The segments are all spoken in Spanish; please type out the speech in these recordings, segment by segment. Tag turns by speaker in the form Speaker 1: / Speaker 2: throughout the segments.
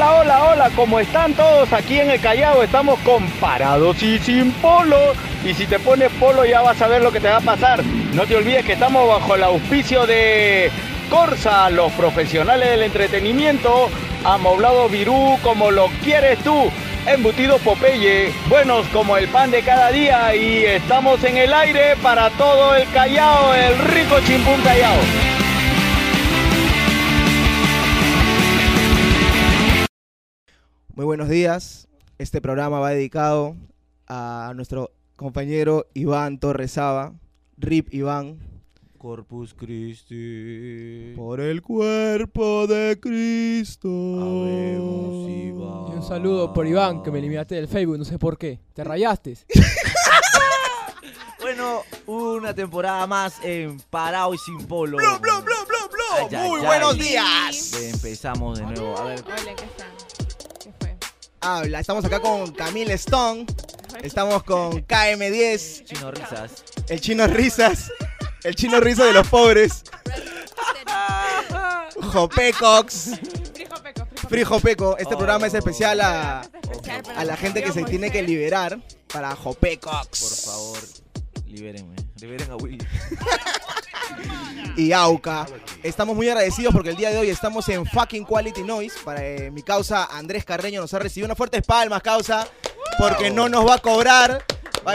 Speaker 1: Hola, ¿cómo están todos aquí en el Callao? Estamos comparados y sin polo. Y si te pones polo ya vas a ver lo que te va a pasar. No te olvides que estamos bajo el auspicio de Corsa, los profesionales del entretenimiento. Amoblado Virú, como lo quieres tú. Embutidos Popeye, buenos como el pan de cada día. Y estamos en el aire para todo el Callao, el rico chimpún Callao.
Speaker 2: Muy buenos días. Este programa va dedicado a nuestro compañero Iván Torresaba, Rip Iván,
Speaker 3: Corpus Christi.
Speaker 2: por el cuerpo de Cristo.
Speaker 3: Habemos Iván.
Speaker 4: Y un saludo por Iván, que me eliminaste del Facebook, no sé por qué. Te rayaste.
Speaker 3: Bueno, una temporada más en Parado y sin polo. Ay, ay,
Speaker 2: Muy
Speaker 3: ay.
Speaker 2: buenos días.
Speaker 3: Empezamos de nuevo. A ver,
Speaker 5: Hola, ¿qué están? ¿Qué fue?
Speaker 2: Habla, estamos acá con Camille Stone, estamos con KM10,
Speaker 3: chino risas.
Speaker 2: el chino risas, el chino risas de los pobres, Jopecox,
Speaker 5: Frijo peco, frijo peco.
Speaker 2: Frijo Peco. Este
Speaker 3: Oh.
Speaker 2: programa es especial a,
Speaker 5: Especial para
Speaker 2: a la gente que se
Speaker 5: Moisés.
Speaker 2: tiene que liberar para
Speaker 3: Por
Speaker 2: Jopecox
Speaker 3: favor, libérenme. Liberen a Willy.
Speaker 2: y Auca. Estamos muy agradecidos porque el día de hoy estamos en fucking Quality Noise. Para eh, mi causa Andrés Carreño nos ha recibido unas fuertes palmas, causa, porque no nos va a cobrar.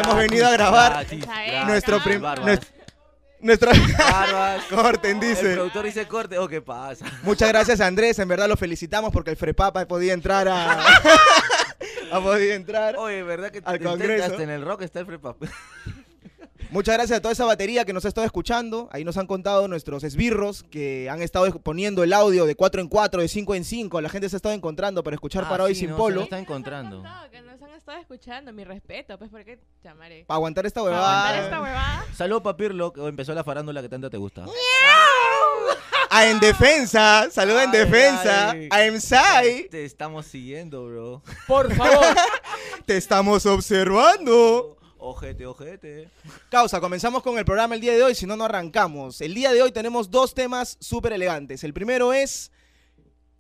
Speaker 2: Hemos venido a grabar
Speaker 3: Gratis,
Speaker 5: Está bien,
Speaker 3: gratis.
Speaker 2: nuestro
Speaker 5: gratis.
Speaker 2: prim-
Speaker 3: Barbas.
Speaker 2: nues- nuestro
Speaker 3: Barbas.
Speaker 2: corten
Speaker 3: El
Speaker 2: dice.
Speaker 3: productor dice corte. Oh, ¿qué pasa?
Speaker 2: Muchas gracias Andrés, en verdad lo felicitamos porque el Frepapa podía entrar a ha podido entrar.
Speaker 3: Oye, ¿verdad que
Speaker 2: Al
Speaker 3: te intentas
Speaker 2: Congreso.
Speaker 3: en el rock está el frepap?
Speaker 2: Muchas gracias a toda esa batería que nos ha estado escuchando. Ahí nos han contado nuestros esbirros que han estado poniendo el audio de 4 en 4, de 5 en 5. La gente se ha estado encontrando para escuchar para hoy
Speaker 3: Ah, sí,
Speaker 2: sin
Speaker 3: no, Se
Speaker 2: polo.
Speaker 3: lo está encontrando.
Speaker 5: Nos han contado que nos han estado escuchando, mi respeto, pues porque llamaré.
Speaker 2: Para aguantar esta
Speaker 5: Para
Speaker 2: huevada.
Speaker 5: aguantar esta huevada.
Speaker 3: Saludos para Pirlo, que empezó la farándula que tanto te gusta.
Speaker 2: A En Defensa. Saluda En
Speaker 3: Ay,
Speaker 2: Defensa.
Speaker 3: ay.
Speaker 2: A Emsai.
Speaker 3: Te estamos siguiendo, bro.
Speaker 4: Por favor.
Speaker 2: Te estamos observando.
Speaker 3: Ojete, ojete.
Speaker 2: Causa, comenzamos con el programa el día de hoy, si no, no arrancamos. El día de hoy tenemos dos temas súper elegantes. El primero es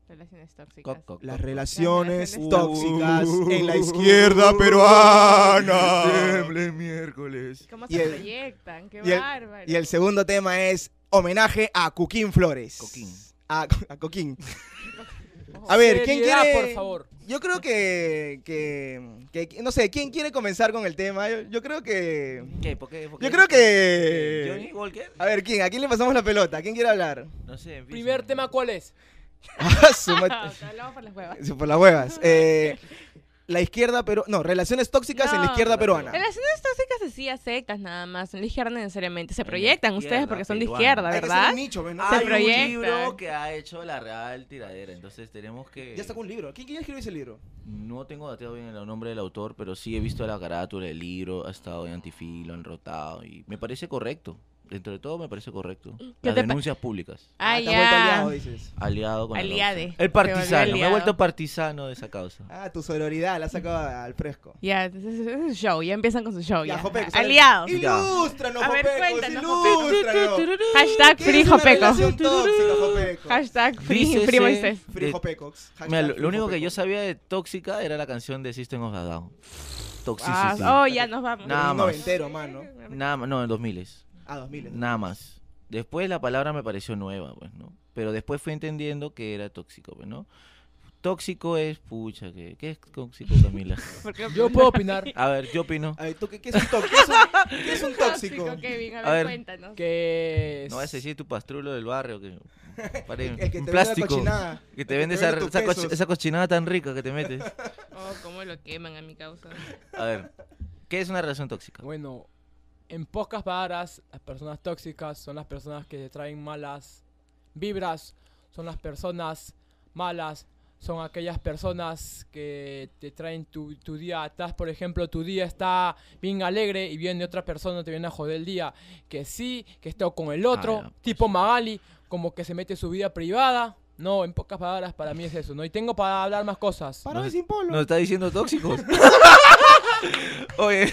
Speaker 5: Relaciones tóxicas.
Speaker 3: Coco.
Speaker 2: Las relaciones
Speaker 5: relaciones
Speaker 2: tóxicas en la izquierda peruana.
Speaker 3: miércoles.
Speaker 5: ¿Cómo
Speaker 2: Y
Speaker 5: se
Speaker 2: el-
Speaker 5: proyectan? Qué
Speaker 2: y el-
Speaker 5: bárbaro.
Speaker 2: Y el segundo tema es homenaje a Coquín Flores.
Speaker 3: Coquín.
Speaker 2: A, a Coquín. A ver, ¿quién
Speaker 4: Seriedad,
Speaker 2: quiere?
Speaker 4: por favor.
Speaker 2: Yo creo que, que, que- No sé, ¿quién quiere comenzar con el tema? Yo, yo creo que.
Speaker 3: ¿Qué? ¿Por qué? ¿Por qué?
Speaker 2: Yo creo
Speaker 3: ¿Johnny
Speaker 2: que.
Speaker 3: Walker?
Speaker 2: A ver, ¿quién? ¿A quién le pasamos la pelota? ¿Quién quiere hablar?
Speaker 3: No sé. empieza.
Speaker 4: Primer tema, ¿cuál es?
Speaker 2: Ah, su ma-
Speaker 5: Ah, te hablamos por las huevas.
Speaker 2: Por las huevas. Eh, la izquierda peruana. No, relaciones tóxicas en la
Speaker 5: No.
Speaker 2: izquierda peruana.
Speaker 5: Relaciones tóxicas se sí a secas nada más, no de izquierda necesariamente. Se
Speaker 3: En la
Speaker 5: proyectan ustedes
Speaker 3: izquierda
Speaker 5: porque son de
Speaker 3: peruana.
Speaker 5: izquierda,
Speaker 2: Hay que ser
Speaker 5: ¿verdad?
Speaker 2: un nicho, pues, ¿no?
Speaker 5: Se
Speaker 3: Hay
Speaker 5: proyectan.
Speaker 3: un libro que ha hecho la real tiradera, entonces tenemos que...
Speaker 2: Ya sacó un libro. ¿Quién, quién escribió ese libro?
Speaker 3: No tengo dateado bien el nombre del autor, pero sí he visto la carátula del libro, ha estado en antifilo, enrotado, y me parece correcto. Dentro de todo me parece correcto. Las
Speaker 5: te pa-
Speaker 3: denuncias públicas.
Speaker 5: Ah,
Speaker 2: te has vuelto
Speaker 5: ya.
Speaker 2: aliado, dices.
Speaker 3: Aliado con la
Speaker 5: Aliade.
Speaker 3: causa.
Speaker 5: Se
Speaker 3: El
Speaker 5: volvió
Speaker 3: partisano. Me he
Speaker 5: aliado.
Speaker 3: vuelto partisano de esa causa.
Speaker 2: Ah, tu sororidad la has sacado al fresco.
Speaker 5: Ya, ese es un show, ya empiezan con su show. Ya, Ah,
Speaker 2: Jopeco, sale.
Speaker 5: Aliados.
Speaker 2: Ilústranos,
Speaker 5: A ver,
Speaker 2: Jopeco,
Speaker 5: cuéntanos, Jopeco.
Speaker 2: ilústranos.
Speaker 5: Hashtag
Speaker 2: ¿Qué
Speaker 5: Free
Speaker 2: es una
Speaker 5: Jopeco.
Speaker 2: relación tóxica, Jopeco?
Speaker 5: Hashtag Free,
Speaker 3: Dícese-
Speaker 5: free Moisés.
Speaker 2: Free
Speaker 3: de-
Speaker 2: Jopecox. Hashtag
Speaker 3: Mira, lo,
Speaker 2: Free
Speaker 3: lo único que yo
Speaker 2: Jopecox.
Speaker 3: sabía de Tóxica era la canción de System of a Down.
Speaker 5: Ah,
Speaker 3: Toxicity.
Speaker 5: oh, ya nos vamos.
Speaker 3: Nada
Speaker 2: Un
Speaker 3: más.
Speaker 2: noventero, mano.
Speaker 3: Nada más, no, en 2000
Speaker 2: Ah, 2000.
Speaker 3: Nada más. Después la palabra me pareció nueva, pues, ¿no? Pero después fui entendiendo que era tóxico, pues, ¿no? Tóxico es pucha, ¿qué, qué es tóxico, Camila?
Speaker 5: Porque-
Speaker 4: Yo puedo opinar
Speaker 3: A ver, yo opino.
Speaker 2: A ver, ¿tú qué, qué es un tóxico? ¿Qué es un, qué es un tóxico?
Speaker 5: Kevin, a
Speaker 3: A ver.
Speaker 5: ver, cuéntanos.
Speaker 4: que...
Speaker 3: No vas a decir tu pastrulo del barrio que pare-
Speaker 2: El, el que
Speaker 3: un
Speaker 2: te vende la
Speaker 3: plástico
Speaker 2: cochinada.
Speaker 3: que te vende
Speaker 2: el que
Speaker 3: esa,
Speaker 2: vende tus
Speaker 3: esa co-
Speaker 2: pesos.
Speaker 3: esa cochinada tan rica que te metes.
Speaker 5: Oh, cómo lo queman a mi causa.
Speaker 3: A ver, ¿qué es una relación tóxica?
Speaker 4: Bueno, en pocas palabras, las personas tóxicas son las personas que traen malas vibras, son las personas malas, son aquellas personas que te traen tu, tu día atrás. Por ejemplo, tu día está bien alegre y viene otra persona, te viene a joder el día. Que sí, que está con el otro,
Speaker 3: ya, pues.
Speaker 4: tipo Magali, como que se mete en su vida privada. No, en pocas palabras, para mí es eso, ¿no? Y tengo para hablar más cosas.
Speaker 2: Para
Speaker 3: No
Speaker 2: hoy
Speaker 3: sé-
Speaker 2: sin polo.
Speaker 3: Nos está diciendo tóxicos. Oye.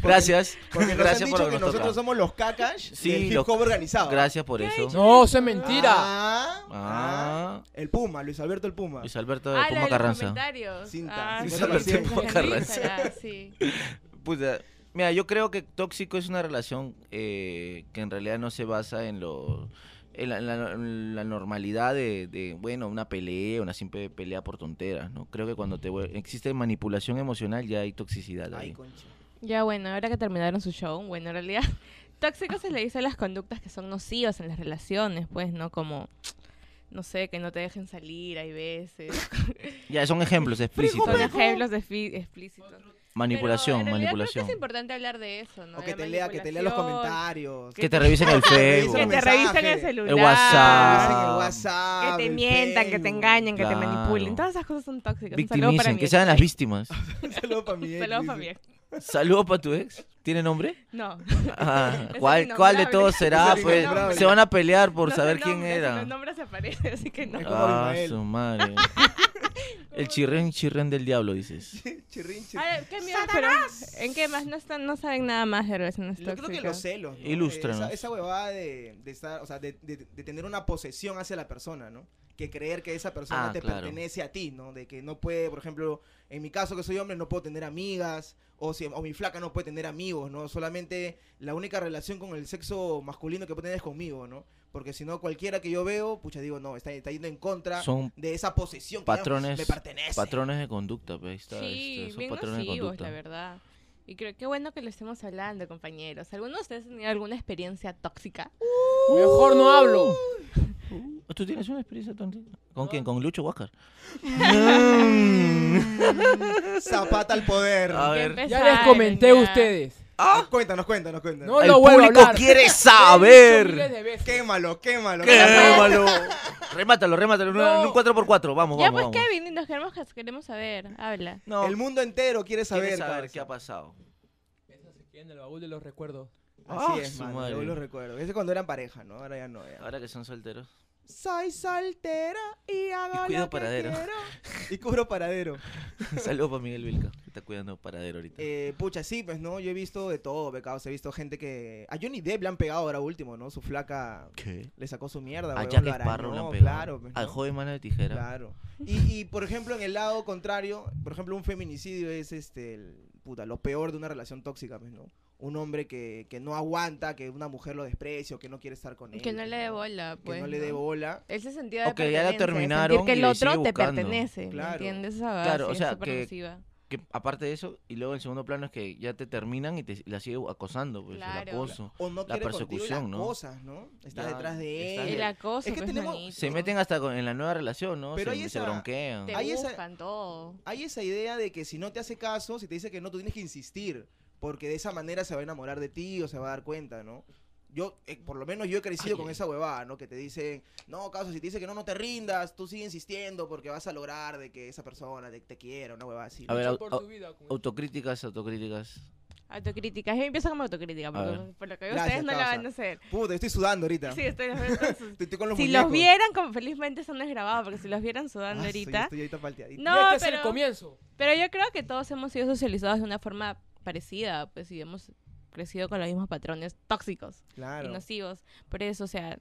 Speaker 3: gracias.
Speaker 2: Porque nos
Speaker 3: gracias
Speaker 2: han
Speaker 3: por
Speaker 2: dicho
Speaker 3: lo
Speaker 2: que
Speaker 3: que nos
Speaker 2: nosotros
Speaker 3: toca.
Speaker 2: somos los cacas
Speaker 3: Sí,
Speaker 2: del hip
Speaker 3: los-
Speaker 2: hop organizado.
Speaker 3: Gracias por eso.
Speaker 4: No, eso es mentira.
Speaker 2: Ah, ah.
Speaker 3: Ah.
Speaker 2: El El Puma, Luis Alberto el Puma.
Speaker 3: Luis Alberto de
Speaker 5: Ah, la
Speaker 3: Puma
Speaker 5: de los
Speaker 3: Carranza.
Speaker 5: comentarios.
Speaker 2: Cinta,
Speaker 5: Ah,
Speaker 2: cincuenta
Speaker 5: sí,
Speaker 2: por
Speaker 5: sí,
Speaker 2: ciento.
Speaker 5: la
Speaker 3: Carranza.
Speaker 5: risa, sí.
Speaker 3: Puta, Pues, eh, mira, yo creo que tóxico es una relación eh, que en realidad no se basa en lo en la, en la- en la normalidad de, de, bueno, una pelea, una simple pelea por tonteras, ¿no? Creo que cuando te vuel- existe manipulación emocional ya hay toxicidad
Speaker 2: Ay,
Speaker 3: ahí.
Speaker 2: concha.
Speaker 5: Ya bueno, ahora que terminaron su show, bueno, en realidad, tóxico se le dice a las conductas que son nocivas en las relaciones, pues, ¿no? Como, no sé, que no te dejen salir, hay veces.
Speaker 3: Ya, son ejemplos explícitos.
Speaker 5: Son ejemplos de fi- explícitos.
Speaker 3: Manipulación,
Speaker 5: Pero en realidad creo
Speaker 3: manipulación.
Speaker 5: que es importante hablar de eso, ¿no?
Speaker 2: O que
Speaker 5: De
Speaker 2: te lea, que te lea los
Speaker 5: manipulación,
Speaker 2: comentarios.
Speaker 3: Que te revisen el Facebook.
Speaker 5: Que te
Speaker 2: Mensaje,
Speaker 5: revisen el
Speaker 2: el
Speaker 5: celular.
Speaker 3: WhatsApp.
Speaker 2: Dicen el
Speaker 3: Ah.
Speaker 2: WhatsApp,
Speaker 5: Que te
Speaker 2: el
Speaker 5: mientan, que te
Speaker 2: Facebook.
Speaker 5: engañen, que te
Speaker 3: Claro.
Speaker 5: manipulen. Todas esas cosas son tóxicas. Un saludo para
Speaker 3: Victimicen,
Speaker 5: mi
Speaker 3: que
Speaker 5: ex.
Speaker 3: sean las víctimas.
Speaker 2: Un saludo para mi ex,
Speaker 5: Saludos
Speaker 2: dice.
Speaker 5: para mi ex.
Speaker 3: Saludo para tu ex. ¿Tiene nombre?
Speaker 5: No.
Speaker 3: Ah,
Speaker 5: Es
Speaker 3: ¿cuál, ¿Cuál de
Speaker 5: innombrable.
Speaker 3: todos será?
Speaker 2: Es
Speaker 3: Pues
Speaker 2: innombrable.
Speaker 3: se van a pelear por
Speaker 5: No sé
Speaker 3: saber
Speaker 5: el
Speaker 3: quién
Speaker 5: nombre, Si
Speaker 3: era.
Speaker 5: los nombres aparecen, así que no.
Speaker 2: Es como
Speaker 3: Ah,
Speaker 2: Ismael.
Speaker 3: su madre. El chirren, chirren del diablo, dices.
Speaker 2: Chirrin, chirrin.
Speaker 5: A ver, ¿qué miedo, pero ¿En qué más? No, están, no saben nada más de relaciones
Speaker 2: Yo creo que los
Speaker 5: tóxicas.
Speaker 2: celos. ¿no?
Speaker 3: Ilústranos.
Speaker 2: Esa, esa huevada de, de estar, o sea, de, de- de tener una posesión hacia la persona, ¿no? Que creer que esa persona
Speaker 3: Ah,
Speaker 2: te
Speaker 3: claro.
Speaker 2: pertenece a ti, ¿no? De que no puede, por ejemplo, en mi caso que soy hombre, no puedo tener amigas, o, si, o mi flaca no puede tener amigos, ¿no? Solamente la única relación con el sexo masculino que puede tener es conmigo, ¿no? Porque si no, cualquiera que yo veo, pucha, digo, no, está, está yendo en contra
Speaker 3: Son
Speaker 2: de esa posesión que
Speaker 3: patrones-
Speaker 2: me pertenece.
Speaker 3: patrones de conducta, pues, ahí está,
Speaker 5: Sí,
Speaker 3: este, son
Speaker 5: bien
Speaker 3: patrones de
Speaker 5: nocivos, la
Speaker 3: conducta.
Speaker 5: verdad. Y creo que bueno que lo estemos hablando, compañeros. ¿Alguno de ustedes ha tenido alguna experiencia tóxica?
Speaker 4: Mejor no hablo.
Speaker 3: Uh, ¿Tú tienes una experiencia tontita? ¿Con
Speaker 4: No.
Speaker 3: quién? ¿Con Lucho Huáscar? Mm.
Speaker 2: Zapata al poder. Ah,
Speaker 3: A
Speaker 5: Ya
Speaker 3: ver.
Speaker 4: Ya les comenté a
Speaker 5: empezaron, ya.
Speaker 4: ustedes.
Speaker 2: Cuéntanos, cuéntanos, cuéntanos.
Speaker 4: No
Speaker 3: El
Speaker 4: lo vuelvo a
Speaker 3: público
Speaker 4: hablar.
Speaker 3: quiere
Speaker 4: Lo he dicho miles
Speaker 3: saber.
Speaker 4: de veces.
Speaker 2: Quémalo, quémalo.
Speaker 3: Quémalo. remátalo, remátalo. en una-
Speaker 4: No.
Speaker 3: En un 4x4. Vamos,
Speaker 5: Ya
Speaker 3: vamos,
Speaker 5: pues
Speaker 3: vamos.
Speaker 5: Kevin, nos queremos, queremos saber. Habla.
Speaker 3: No,
Speaker 2: El mundo entero quiere saber.
Speaker 3: quiere saber
Speaker 2: causa.
Speaker 3: qué ha pasado.
Speaker 4: Eso se queda en el baúl de los recuerdos.
Speaker 2: Así
Speaker 3: Ah,
Speaker 2: es,
Speaker 3: su
Speaker 2: mano,
Speaker 3: madre.
Speaker 2: yo lo recuerdo. Ese cuando eran pareja, ¿no? Ahora ya no. ya.
Speaker 3: Ahora que son solteros.
Speaker 2: Soy soltera y hago
Speaker 3: Y cuido
Speaker 2: lo que
Speaker 3: paradero.
Speaker 2: quiero. Y cubro paradero.
Speaker 3: Saludos para Miguel Vilca. que Está cuidando paradero ahorita.
Speaker 2: Eh, pucha, sí, pues, ¿no? Yo he visto de todo, pecados. He visto gente que... A Johnny Depp le han pegado ahora último, ¿no? Su flaca
Speaker 3: ¿Qué?
Speaker 2: le sacó su mierda,
Speaker 3: A
Speaker 2: weón,
Speaker 3: Jack
Speaker 2: lo
Speaker 3: Sparrow le
Speaker 2: arañó,
Speaker 3: han pegado.
Speaker 2: Claro, pues,
Speaker 3: Al
Speaker 2: ¿no?
Speaker 3: joven mano de tijera.
Speaker 2: Claro. Y, y, por ejemplo, en el lado contrario, por ejemplo, un feminicidio es este el- puta, lo peor de una relación tóxica, pues, ¿no? Un hombre que, que no aguanta, que una mujer lo desprecie o que no quiere estar con él.
Speaker 5: Que no
Speaker 2: pues,
Speaker 5: le dé bola,
Speaker 2: Que
Speaker 5: pues.
Speaker 2: no le dé bola.
Speaker 5: Él se sentía de
Speaker 3: O que ya la
Speaker 5: pertenencia, de
Speaker 3: terminaron
Speaker 5: sentir que
Speaker 3: y
Speaker 5: el
Speaker 3: le
Speaker 5: otro
Speaker 3: sigue
Speaker 5: te
Speaker 3: buscando.
Speaker 5: pertenece, ¿me
Speaker 2: Claro.
Speaker 5: entiendes? Esa base
Speaker 3: Claro, o sea,
Speaker 5: es súper
Speaker 3: que-
Speaker 5: nociva.
Speaker 3: que aparte de eso, y luego el segundo plano es que ya te terminan y te la sigue acosando, pues,
Speaker 5: Claro.
Speaker 3: el acoso.
Speaker 2: O no
Speaker 3: La
Speaker 2: quiere contigo las
Speaker 3: persecución, ¿no?
Speaker 2: cosas, ¿no? Está
Speaker 3: Ya,
Speaker 2: detrás de
Speaker 3: está
Speaker 2: él.
Speaker 5: El acoso,
Speaker 2: Es que
Speaker 5: pues,
Speaker 2: tenemos-
Speaker 5: manito.
Speaker 3: Se meten hasta con- en la nueva relación, ¿no?
Speaker 2: Pero
Speaker 3: se,
Speaker 2: hay
Speaker 3: se
Speaker 2: esa-
Speaker 3: bronquean.
Speaker 5: Te
Speaker 2: Hay esa-
Speaker 5: buscan todo.
Speaker 2: Hay esa idea de que si no te hace caso, si te dice que no, tú tienes que insistir. Porque de esa manera se va a enamorar de ti o se va a dar cuenta, ¿no? Yo, eh, por lo menos yo he crecido
Speaker 3: Ay,
Speaker 2: con
Speaker 3: ay.
Speaker 2: esa huevada, ¿no? Que te dicen, no, caso, si te dice que no, no te rindas, tú sigue insistiendo porque vas a lograr de que esa persona te, te quiera, una huevada así.
Speaker 3: A ver,
Speaker 4: Lucha
Speaker 3: au-
Speaker 4: por
Speaker 3: au-
Speaker 4: tu vida, como-
Speaker 3: Autocríticas, autocríticas.
Speaker 5: Autocrítica. Yo empiezo como autocrítica, porque
Speaker 3: ver.
Speaker 5: por lo que veo,
Speaker 2: Gracias,
Speaker 5: ustedes no la
Speaker 2: causa.
Speaker 5: van a hacer.
Speaker 2: Puta, estoy sudando ahorita.
Speaker 5: Sí, estoy estoy-
Speaker 2: Estoy, estoy con los
Speaker 5: Si los
Speaker 2: muñecos.
Speaker 5: vieran, como felizmente eso no es grabado, porque si los vieran sudando
Speaker 2: Ah, sí, yo
Speaker 5: ahorita.
Speaker 2: estoy ahorita palteadito.
Speaker 5: No,
Speaker 4: y este es el
Speaker 5: pero-
Speaker 4: comienzo.
Speaker 5: Pero yo creo que todos hemos sido socializados de una forma parecida, pues y hemos crecido con los mismos patrones tóxicos
Speaker 2: Claro.
Speaker 5: y nocivos. Por eso, o sea,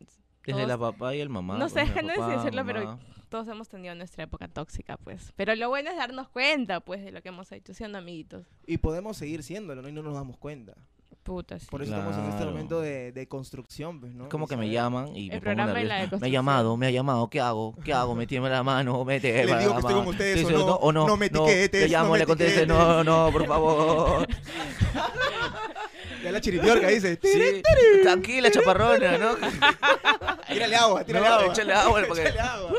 Speaker 3: Desde
Speaker 5: Todos-
Speaker 3: la papá y el mamá.
Speaker 5: No sé,
Speaker 3: pues, la
Speaker 5: no sé
Speaker 3: papá,
Speaker 5: decirlo, pero-
Speaker 3: mamá.
Speaker 5: todos hemos tenido nuestra época tóxica, pues. Pero lo bueno es darnos cuenta, pues, de lo que hemos hecho, siendo amiguitos.
Speaker 2: Y podemos seguir siéndolo, ¿no? Y no nos damos cuenta.
Speaker 5: Puta, sí.
Speaker 2: Por eso estamos en este
Speaker 3: Claro.
Speaker 2: momento de, de construcción, pues, ¿no?
Speaker 3: Es como
Speaker 2: De
Speaker 3: que me
Speaker 2: saber.
Speaker 3: llaman
Speaker 5: El
Speaker 3: y me pongo
Speaker 5: programa de la
Speaker 3: nervioso. Me ha
Speaker 5: deconstrucción.
Speaker 3: llamado, me ha llamado, ¿qué hago? ¿Qué hago? Me tiembla la mano, me tiembla
Speaker 2: digo
Speaker 3: la
Speaker 2: que estoy con
Speaker 3: mano.
Speaker 2: ustedes,
Speaker 3: Sí,
Speaker 2: o
Speaker 3: sí,
Speaker 2: no, no me etiquetes,
Speaker 3: Te llamo,
Speaker 2: no me
Speaker 3: le contesto,
Speaker 2: etiquetes.
Speaker 3: no, no, por favor.
Speaker 2: Ya la chiripiorca dice,
Speaker 3: Sí, tranquila, chaparrona, ¿no?
Speaker 2: tírale agua, tírale
Speaker 3: No,
Speaker 2: agua.
Speaker 3: échale agua, porque-
Speaker 2: Échale agua.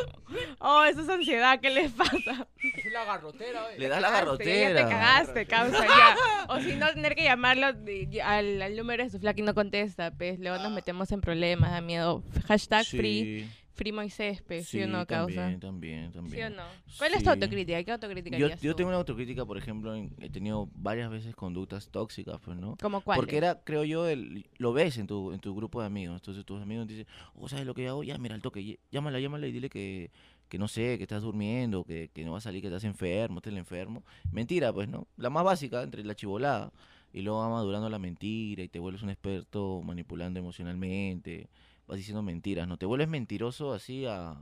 Speaker 5: Oh, eso es ansiedad, ¿qué les pasa?
Speaker 4: Es la garrotera. eh.
Speaker 3: Le das la
Speaker 5: Ah, Ya
Speaker 3: garrotera.
Speaker 5: te cagaste, causa, ya. O si no, tener que llamarlo de- y- al, al número de su flaca y no contesta, pues. Luego nos metemos en problemas, da miedo. Hashtag free,
Speaker 3: Sí.
Speaker 5: free Moisés, pues, ¿sí,
Speaker 3: Sí,
Speaker 5: o no, causa?
Speaker 3: También, también,
Speaker 5: ¿Sí o
Speaker 3: también.
Speaker 5: no? ¿Cuál es
Speaker 3: Sí.
Speaker 5: tu autocrítica? ¿Qué autocrítica
Speaker 3: Yo,
Speaker 5: harías
Speaker 3: yo
Speaker 5: tú?
Speaker 3: tengo una autocrítica, por ejemplo, en- he tenido varias veces conductas tóxicas, pues, ¿no?
Speaker 5: ¿Como cuál?
Speaker 3: Porque era, creo yo, el, lo ves en tu, en tu grupo de amigos. Entonces tus amigos dicen, oh, ¿sabes lo que yo hago? Ya, mira, al toque, ll- llámala, llámala y dile que, que no sé, que estás durmiendo, que, que no vas a salir, que estás enfermo, estás enfermo. Mentira, pues, ¿no? La más básica, entre la chivolada. Y luego va madurando la mentira y te vuelves un experto manipulando emocionalmente. Vas diciendo mentiras, ¿no? Te vuelves mentiroso así a,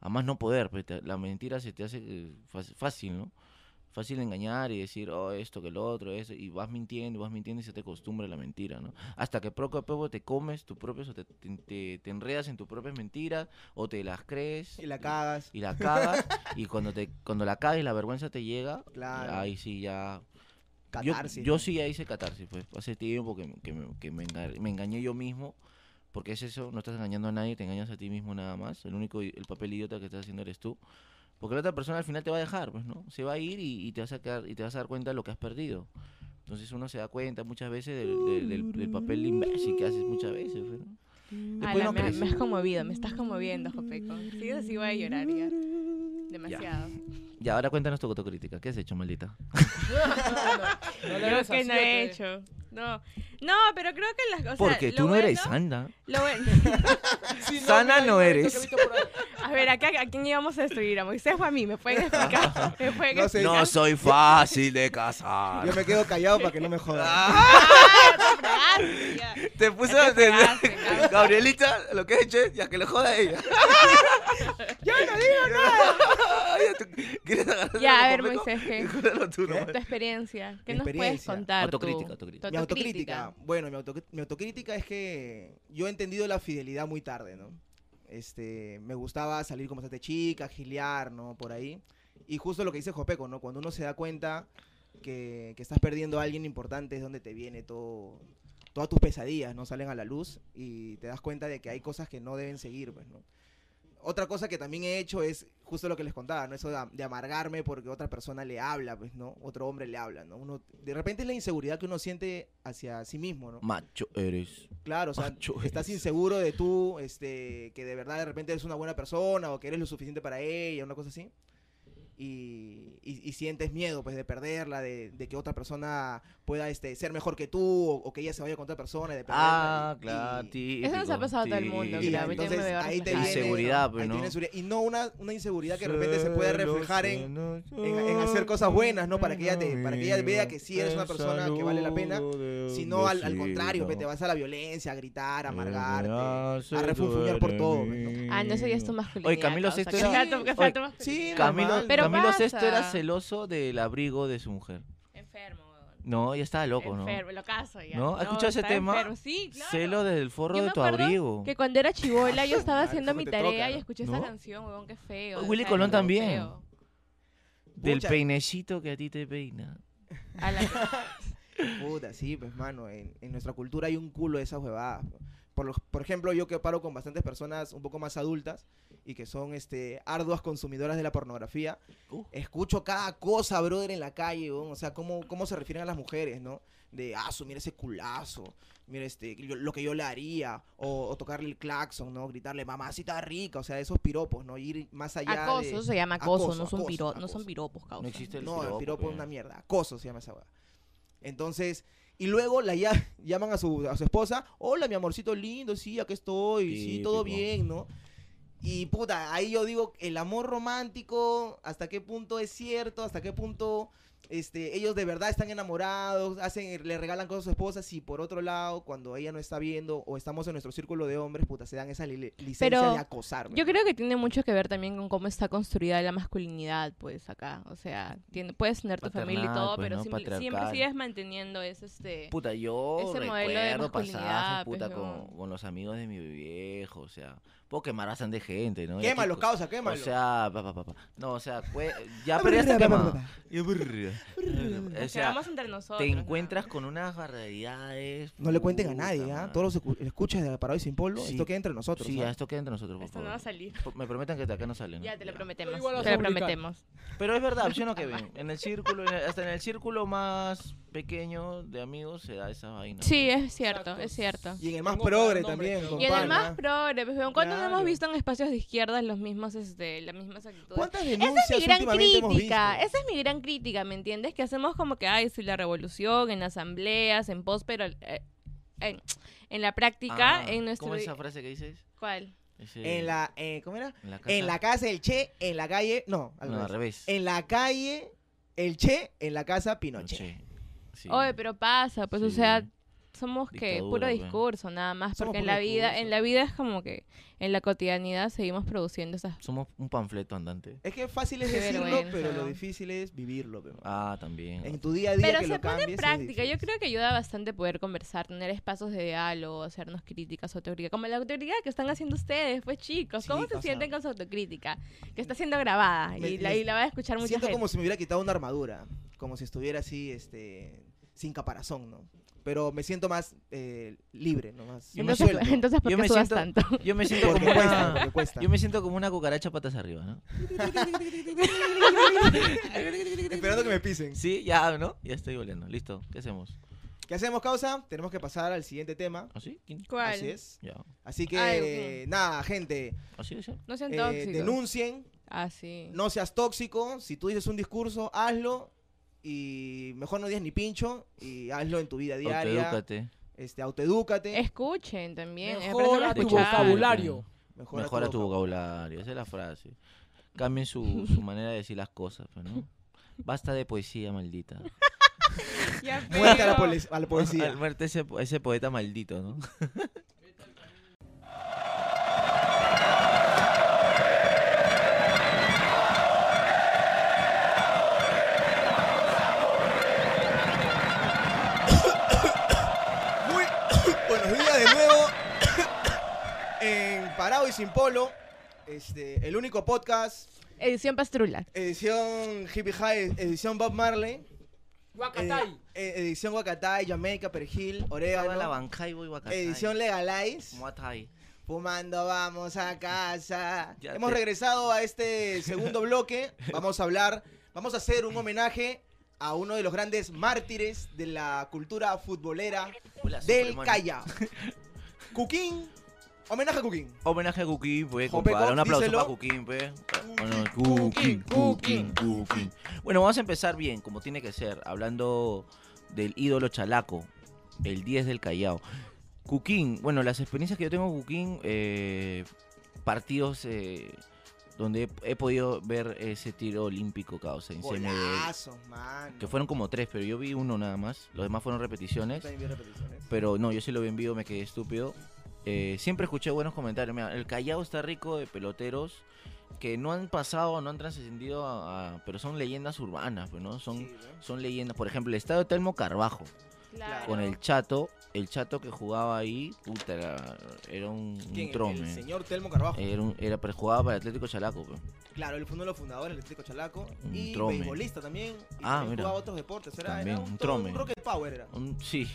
Speaker 3: a más no poder. pues, te- la mentira se te hace eh, fácil- fácil, ¿no? Fácil engañar y decir, oh, esto que lo otro, eso, y vas mintiendo, y vas mintiendo y se te acostumbra la mentira, ¿no? Hasta que poco a poco te comes tus propios, o te, te, te- te enredas en tus propias mentiras, o te las crees.
Speaker 2: Y la cagas.
Speaker 3: Y la cagas, y cuando, te, cuando la cagas y la vergüenza te llega,
Speaker 2: Claro.
Speaker 3: ahí sí ya yo-
Speaker 2: Catarsis.
Speaker 3: Yo, sí ya hice catarsis, pues. Hace tiempo que, que me, que me enga- me engañé yo mismo. Porque es eso, no estás engañando a nadie, te engañas a ti mismo nada más. El único, i- el papel idiota que estás haciendo eres tú. Porque la otra persona al final te va a dejar, pues, ¿no? Se va a ir y, y te vas a quedar, y te vas a dar cuenta de lo que has perdido. Entonces uno se da cuenta muchas veces del, del- del- del papel imbécil que haces muchas veces, pues, ¿no? Después
Speaker 5: Mm. Ala,
Speaker 3: no
Speaker 5: me,
Speaker 3: crees.
Speaker 5: me has conmovido, me estás conmoviendo, Jopeco. Sigues así, voy a llorar ya. Demasiado.
Speaker 3: Y ahora cuéntanos tu autocrítica. ¿Qué has hecho, maldita?
Speaker 4: no, no le
Speaker 5: Creo
Speaker 4: des a
Speaker 5: que no he
Speaker 4: siete.
Speaker 5: hecho. No, no, pero creo que las cosas.
Speaker 3: Porque tú no eres santa.
Speaker 5: Lo bueno-
Speaker 4: Sí,
Speaker 3: Sana
Speaker 4: mira,
Speaker 3: no
Speaker 4: hay un
Speaker 3: eres.
Speaker 4: momento que he visto por ahí.
Speaker 5: A ver, acá, ¿a quién íbamos a destruir? ¿A Moisés o a mí? ¿Me pueden explicar? ¿Me pueden
Speaker 2: No sé.
Speaker 5: explicar?
Speaker 3: No soy fácil de casar.
Speaker 2: Yo me quedo callado para que no me jodan.
Speaker 5: Ah, te fregaste, ya.
Speaker 3: Te puse
Speaker 5: Ya te fregaste, cabrón.
Speaker 3: Gabrielita, lo que he hecho es ya que le joda a ella.
Speaker 2: ¡Yo no digo
Speaker 3: ya tú quieres agarrar
Speaker 5: Ya,
Speaker 3: algo
Speaker 5: a ver,
Speaker 3: conmigo,
Speaker 5: Moisés, ¿qué?
Speaker 3: júralo tú,
Speaker 2: ¿Qué?
Speaker 3: nomás.
Speaker 5: Tu experiencia. ¿Qué
Speaker 2: Mi
Speaker 5: nos puedes
Speaker 2: experiencia.
Speaker 5: contar? tú?
Speaker 3: Autocrítica, autocrítica.
Speaker 5: Tu
Speaker 2: Mi autocrítica. Bueno, mi, autocr- mi autocrítica es que yo he entendido la fidelidad muy tarde, ¿no? Este, me gustaba salir con bastante chica, gilear, ¿no? Por ahí. Y justo lo que dice Jopeco, ¿no? Cuando uno se da cuenta que, que estás perdiendo a alguien importante es donde te viene todo, todas tus pesadillas, ¿no? Salen a la luz y te das cuenta de que hay cosas que no deben seguir, pues, ¿no? Otra cosa que también he hecho es justo lo que les contaba, ¿no? Eso de, am- de amargarme porque otra persona le habla, pues, ¿no? Otro hombre le habla, ¿no? Uno, de repente es la inseguridad que uno siente hacia sí mismo, ¿no?
Speaker 3: Macho eres.
Speaker 2: Claro, o sea,
Speaker 3: Macho
Speaker 2: estás
Speaker 3: eres.
Speaker 2: inseguro de tú, este, que de verdad de repente eres una buena persona o que eres lo suficiente para ella, una cosa así. Y, y- y sientes miedo, pues, de perderla, de, de que otra persona pueda, este, ser mejor que tú o, o que ella se vaya con otra persona. De perderla,
Speaker 3: Ah,
Speaker 2: y-
Speaker 3: claro,
Speaker 2: y-
Speaker 5: Eso nos ha pasado a todo el mundo,
Speaker 2: y
Speaker 5: creo.
Speaker 2: ya,
Speaker 5: a mí también
Speaker 2: entonces,
Speaker 5: me veo
Speaker 2: ahí te
Speaker 5: reflejada.
Speaker 2: viene,
Speaker 3: Inseguridad, pues,
Speaker 2: ahí
Speaker 3: ¿no?
Speaker 2: tiene inseguridad. Y no una, una inseguridad que de repente se puede reflejar en, en- en hacer cosas buenas, ¿no? Para que ella te- para que ella vea que sí eres una persona que vale la pena, sino al, al contrario, pues, te vas a la violencia, a gritar, a amargarte, a refunfuñar por todo. pues, ¿no?
Speaker 5: Ah, no, eso ya es tu masculinidad.
Speaker 3: Camilo
Speaker 5: causa,
Speaker 3: Sesto
Speaker 5: que
Speaker 3: era-
Speaker 5: sea tu- que sea
Speaker 3: Oye,
Speaker 5: tu masculinidad.
Speaker 2: Sí,
Speaker 3: Camilo,
Speaker 2: normal.
Speaker 5: Pero
Speaker 3: Camilo
Speaker 5: pasa.
Speaker 3: Sesto era celoso del abrigo de su mujer.
Speaker 5: Enfermo, weón.
Speaker 3: No, ella estaba loco, ¿no?
Speaker 5: Enfermo, lo caso ya.
Speaker 3: ¿No? ¿Has escuchado ese
Speaker 5: está
Speaker 3: tema?
Speaker 5: enfermo. Sí, claro.
Speaker 3: Celo desde el forro
Speaker 5: Yo
Speaker 3: de
Speaker 5: me
Speaker 3: tu
Speaker 5: acuerdo
Speaker 3: abrigo.
Speaker 5: Que cuando era chivola yo estaba
Speaker 2: madre,
Speaker 5: haciendo
Speaker 2: cómo
Speaker 5: mi
Speaker 2: te
Speaker 5: tarea
Speaker 2: toca,
Speaker 5: y
Speaker 2: ¿no?
Speaker 5: escuché
Speaker 3: ¿No?
Speaker 5: esa canción, weón, qué feo.
Speaker 3: Willy
Speaker 5: Está
Speaker 3: Colón
Speaker 5: loco,
Speaker 3: también.
Speaker 5: feo.
Speaker 3: Del
Speaker 2: Pucha.
Speaker 3: peinecito que a ti te peina.
Speaker 5: A la-
Speaker 2: Puta, sí, pues, mano, en, en nuestra cultura hay un culo de esas huevadas. ¿no? Por, lo- por ejemplo, yo que paro con bastantes personas un poco más adultas y que son este, arduas consumidoras de la pornografía,
Speaker 3: Uh.
Speaker 2: escucho cada cosa, brother, en la calle, weón, o sea, cómo, cómo se refieren a las mujeres, ¿no? De, ah, su, mira ese culazo, mira este, yo- lo que yo le haría, o, o tocarle el claxon, ¿no? Gritarle, mamacita rica, o sea, esos piropos, ¿no? Ir más allá
Speaker 5: acoso,
Speaker 2: de...
Speaker 5: eso se llama acoso,
Speaker 2: acoso,
Speaker 5: no, son
Speaker 2: acoso,
Speaker 5: piro- no son
Speaker 2: acoso.
Speaker 5: piropos, causa.
Speaker 3: No existe el pues.
Speaker 2: No, el piropo es
Speaker 3: pe.
Speaker 2: una mierda. Acoso se llama esa weá. Entonces, y luego la ya, llaman a su, a su esposa. Hola, mi amorcito lindo, sí, aquí estoy, sí, todo
Speaker 3: Típico.
Speaker 2: bien, ¿no? Y puta, ahí yo digo, el amor romántico, hasta qué punto es cierto, hasta qué punto este, ellos de verdad están enamorados, hacen, le regalan cosas a su esposa, y por otro lado, cuando ella no está viendo o estamos en nuestro círculo de hombres, puta, se dan esa li- licencia
Speaker 5: Pero
Speaker 2: de acosar.
Speaker 5: Yo
Speaker 2: ¿no?
Speaker 5: creo que tiene mucho que ver también con cómo está construida la masculinidad, pues, acá. O sea, tiene, puedes tener tu familia y
Speaker 3: Paternal,
Speaker 5: todo,
Speaker 3: pues,
Speaker 5: pero
Speaker 3: ¿no?
Speaker 5: siempre, siempre
Speaker 3: Patriarcal. Pues,
Speaker 5: sigues manteniendo ese, este...
Speaker 3: Puta, yo
Speaker 5: Ese modelo de
Speaker 3: recuerdo
Speaker 5: masculinidad,
Speaker 3: pasajes,
Speaker 5: pues,
Speaker 3: puta,
Speaker 5: no.
Speaker 3: con, con los amigos de mi viejo, o sea, puedo quemar bastante gente, ¿no? Y aquí-
Speaker 2: Quémalos, causa,
Speaker 3: O
Speaker 2: quémalos.
Speaker 3: sea, pa, pa, pa, pa. no, o sea, cue- ya, pero ya está quemado. Ya, brr. o
Speaker 5: nos
Speaker 3: sea,
Speaker 5: quedamos entre nosotros.
Speaker 3: te
Speaker 5: nada
Speaker 3: encuentras con unas barbaridades.
Speaker 2: No le cuenten a
Speaker 3: puta
Speaker 2: nadie, ¿ah?
Speaker 3: madre.
Speaker 2: Todos los escu- escuchas de Parado y Sin Polo,
Speaker 3: Sí.
Speaker 2: esto queda entre nosotros.
Speaker 3: Sí,
Speaker 2: ¿ah?
Speaker 3: ya, esto queda entre nosotros,
Speaker 5: más.
Speaker 3: por
Speaker 5: Esto no va a
Speaker 3: favor.
Speaker 5: salir.
Speaker 3: Po- Me prometan que de acá no sale, ¿no?
Speaker 5: Ya, te lo prometemos.
Speaker 4: igual vas
Speaker 5: Te
Speaker 4: a
Speaker 5: lo
Speaker 4: publicar.
Speaker 5: prometemos.
Speaker 3: Pero es verdad, ¿sí o no, Kevin? En el círculo, en el- hasta en el círculo más pequeño de amigos se da esa vaina.
Speaker 5: Sí, es cierto,
Speaker 4: Exacto.
Speaker 5: es cierto.
Speaker 2: Y en el más
Speaker 4: Tengo
Speaker 2: progre
Speaker 4: para nombre,
Speaker 2: también,
Speaker 4: pero-
Speaker 5: Y en
Speaker 2: compadre.
Speaker 5: el más
Speaker 2: ¿ah?
Speaker 5: progre, pues, weón, ¿cuánto no hemos
Speaker 2: Claro.
Speaker 5: visto en espacios de izquierda los mismos, este, las mismas actitudes?
Speaker 2: ¿Cuántas
Speaker 5: Esa
Speaker 2: denuncias
Speaker 5: es mi gran
Speaker 2: últimamente hemos
Speaker 5: crítica,
Speaker 2: visto?
Speaker 5: esa es mi gran crítica, ¿me entiendes? Que hacemos como que, ay, soy la revolución, en asambleas, en post, pero eh, en, en la práctica,
Speaker 3: Ah,
Speaker 5: en nuestro...
Speaker 3: ¿Cómo es esa frase que dices?
Speaker 5: ¿Cuál?
Speaker 3: Ese-
Speaker 2: En la, eh, ¿cómo era?
Speaker 3: en la casa.
Speaker 2: En la casa el Che, en la calle, no, al
Speaker 3: No, al
Speaker 2: revés.
Speaker 3: revés.
Speaker 2: En la calle el Che, en la casa
Speaker 3: No,
Speaker 2: Pinochet.
Speaker 3: che. Sí.
Speaker 5: Oye, pero pasa, pues, o
Speaker 3: Sí.
Speaker 5: sea, somos que
Speaker 3: Dictadura,
Speaker 5: puro
Speaker 3: pues.
Speaker 5: discurso nada más,
Speaker 2: Somos
Speaker 5: porque en
Speaker 2: puro
Speaker 5: la vida, en
Speaker 2: discurso.
Speaker 5: la vida es como que en la cotidianidad seguimos produciendo esas
Speaker 3: Somos un panfleto andante.
Speaker 2: Es que fácil es
Speaker 5: Qué
Speaker 2: decirlo,
Speaker 5: vergüenza,
Speaker 2: pero lo
Speaker 5: ¿no?
Speaker 2: difícil es vivirlo. pe, man.
Speaker 3: Ah, también.
Speaker 2: En tu día a día
Speaker 5: Pero
Speaker 2: que
Speaker 5: se
Speaker 2: lo
Speaker 5: pone en
Speaker 2: cambies, es
Speaker 5: práctica. Yo
Speaker 2: difícil.
Speaker 5: creo que ayuda bastante poder conversar, tener espacios de diálogo, hacernos críticas, autocrítica. Como la autocrítica que están haciendo ustedes, pues chicos,
Speaker 2: Sí,
Speaker 5: ¿cómo
Speaker 2: o sea,
Speaker 5: se sienten con su autocrítica? Que está siendo grabada
Speaker 2: me-
Speaker 5: y, la,
Speaker 2: me-
Speaker 5: y la va a escuchar mucha
Speaker 2: Siento
Speaker 5: gente.
Speaker 2: como si me hubiera quitado una armadura, como si estuviera así, este, sin caparazón, ¿no? Pero me siento más eh, libre, ¿no? Más,
Speaker 3: Yo me
Speaker 2: más
Speaker 5: entonces,
Speaker 2: suelto.
Speaker 5: entonces, ¿por
Speaker 3: Yo
Speaker 5: qué
Speaker 3: me
Speaker 5: sudas
Speaker 3: siento-
Speaker 5: tanto?
Speaker 3: Yo me siento
Speaker 2: Porque
Speaker 3: como
Speaker 2: cuesta,
Speaker 3: una...
Speaker 2: porque cuesta.
Speaker 3: Yo me siento como una cucaracha patas arriba, ¿no?
Speaker 2: Esperando que me pisen.
Speaker 3: Sí, ya, ¿no? Ya estoy volviendo. Listo. ¿Qué hacemos?
Speaker 2: ¿Qué hacemos, causa? Tenemos que pasar al siguiente tema.
Speaker 3: ¿Así? ¿Quién?
Speaker 5: ¿Cuál?
Speaker 2: Así es.
Speaker 3: Ya.
Speaker 2: Así que,
Speaker 5: Ay, ok.
Speaker 2: nada, gente,
Speaker 3: ¿Así es?
Speaker 5: No sean
Speaker 2: eh,
Speaker 5: tóxicos.
Speaker 2: denuncien,
Speaker 5: Ah, sí.
Speaker 2: no seas tóxico. Si tú dices un discurso, hazlo. Y mejor no digas ni pincho y hazlo en tu vida diaria.
Speaker 3: Autoedúcate.
Speaker 2: Este, autoedúcate.
Speaker 5: Escuchen también. eh, aprendan a
Speaker 4: Mejora tu
Speaker 5: escuchar.
Speaker 4: vocabulario.
Speaker 2: Mejora,
Speaker 3: Mejora tu
Speaker 2: voca-
Speaker 3: vocabulario. Esa es la frase. Cambien su, su manera de decir las cosas, pues, ¿no? Basta de poesía maldita.
Speaker 5: Ya,
Speaker 2: Muerte a la,
Speaker 5: pero-
Speaker 2: poli- a la policía.
Speaker 3: Al muerte ese, ese poeta maldito, ¿no?
Speaker 2: Muy buenos días de nuevo en Parado y Sin Polo. Este, el único podcast,
Speaker 5: Edición Pastrula.
Speaker 2: edición Hippie High, edición Bob Marley,
Speaker 4: Guacatay.
Speaker 2: eh, eh, edición Wakatay, Jamaica, Perejil,
Speaker 3: Estaba en la
Speaker 2: Orégano,
Speaker 3: banca y voy a
Speaker 2: edición Legalize,
Speaker 3: Muay Thai.
Speaker 2: fumando vamos a casa.
Speaker 3: Ya
Speaker 2: Hemos
Speaker 3: te-
Speaker 2: regresado a este segundo bloque, vamos a hablar, vamos a hacer un homenaje a uno de los grandes mártires de la cultura futbolera
Speaker 3: Hola,
Speaker 2: del
Speaker 3: Superman.
Speaker 2: Callao. Cuquín, homenaje a Cuquín.
Speaker 3: Homenaje a Cuquín, pues,
Speaker 2: Jope,
Speaker 3: compadre. Un
Speaker 2: Cox,
Speaker 3: aplauso
Speaker 2: díselo.
Speaker 3: para Cuquín, pues. Bueno,
Speaker 4: Cuquín,
Speaker 3: Cuquín, Cuquín, Cuquín. Bueno, vamos a empezar bien, como tiene que ser, hablando del ídolo chalaco, el 10 del Callao. Cuquín, bueno, las experiencias que yo tengo con Cuquín, eh, partidos eh, donde he, he podido ver ese tiro olímpico, causa, en CMD.
Speaker 2: Golazos, mano.
Speaker 3: Que fueron como tres, pero yo vi uno nada más. Los demás fueron repeticiones.
Speaker 2: También vi repeticiones.
Speaker 3: Pero no, yo sí lo vi en vivo, me quedé estúpido. Eh, siempre escuché buenos comentarios. Mira, el Callao está rico de peloteros que no han pasado, no han trascendido, a- a- pero son leyendas urbanas, pues, ¿no? Son,
Speaker 2: Sí, ¿no?
Speaker 3: son leyendas. Por ejemplo, el estadio Telmo Carbajo,
Speaker 5: Claro.
Speaker 3: con el Chato. El Chato que jugaba ahí, puta, era, era un, un
Speaker 2: ¿Quién? El- El
Speaker 3: trome.
Speaker 2: señor Telmo Carbajo.
Speaker 3: Era, un- era pero jugaba para Atlético Chalaco, pues.
Speaker 2: Claro, él fue uno de los fundadores del Atlético Chalaco.
Speaker 3: Un
Speaker 2: y
Speaker 3: trome.
Speaker 2: beisbolista también. Y
Speaker 3: Ah,
Speaker 2: también
Speaker 3: mira.
Speaker 2: jugaba otros deportes. Era,
Speaker 3: También,
Speaker 2: era un,
Speaker 3: un
Speaker 2: tro-
Speaker 3: trome.
Speaker 2: un Rocket Power era.
Speaker 3: Un- Mm, sí.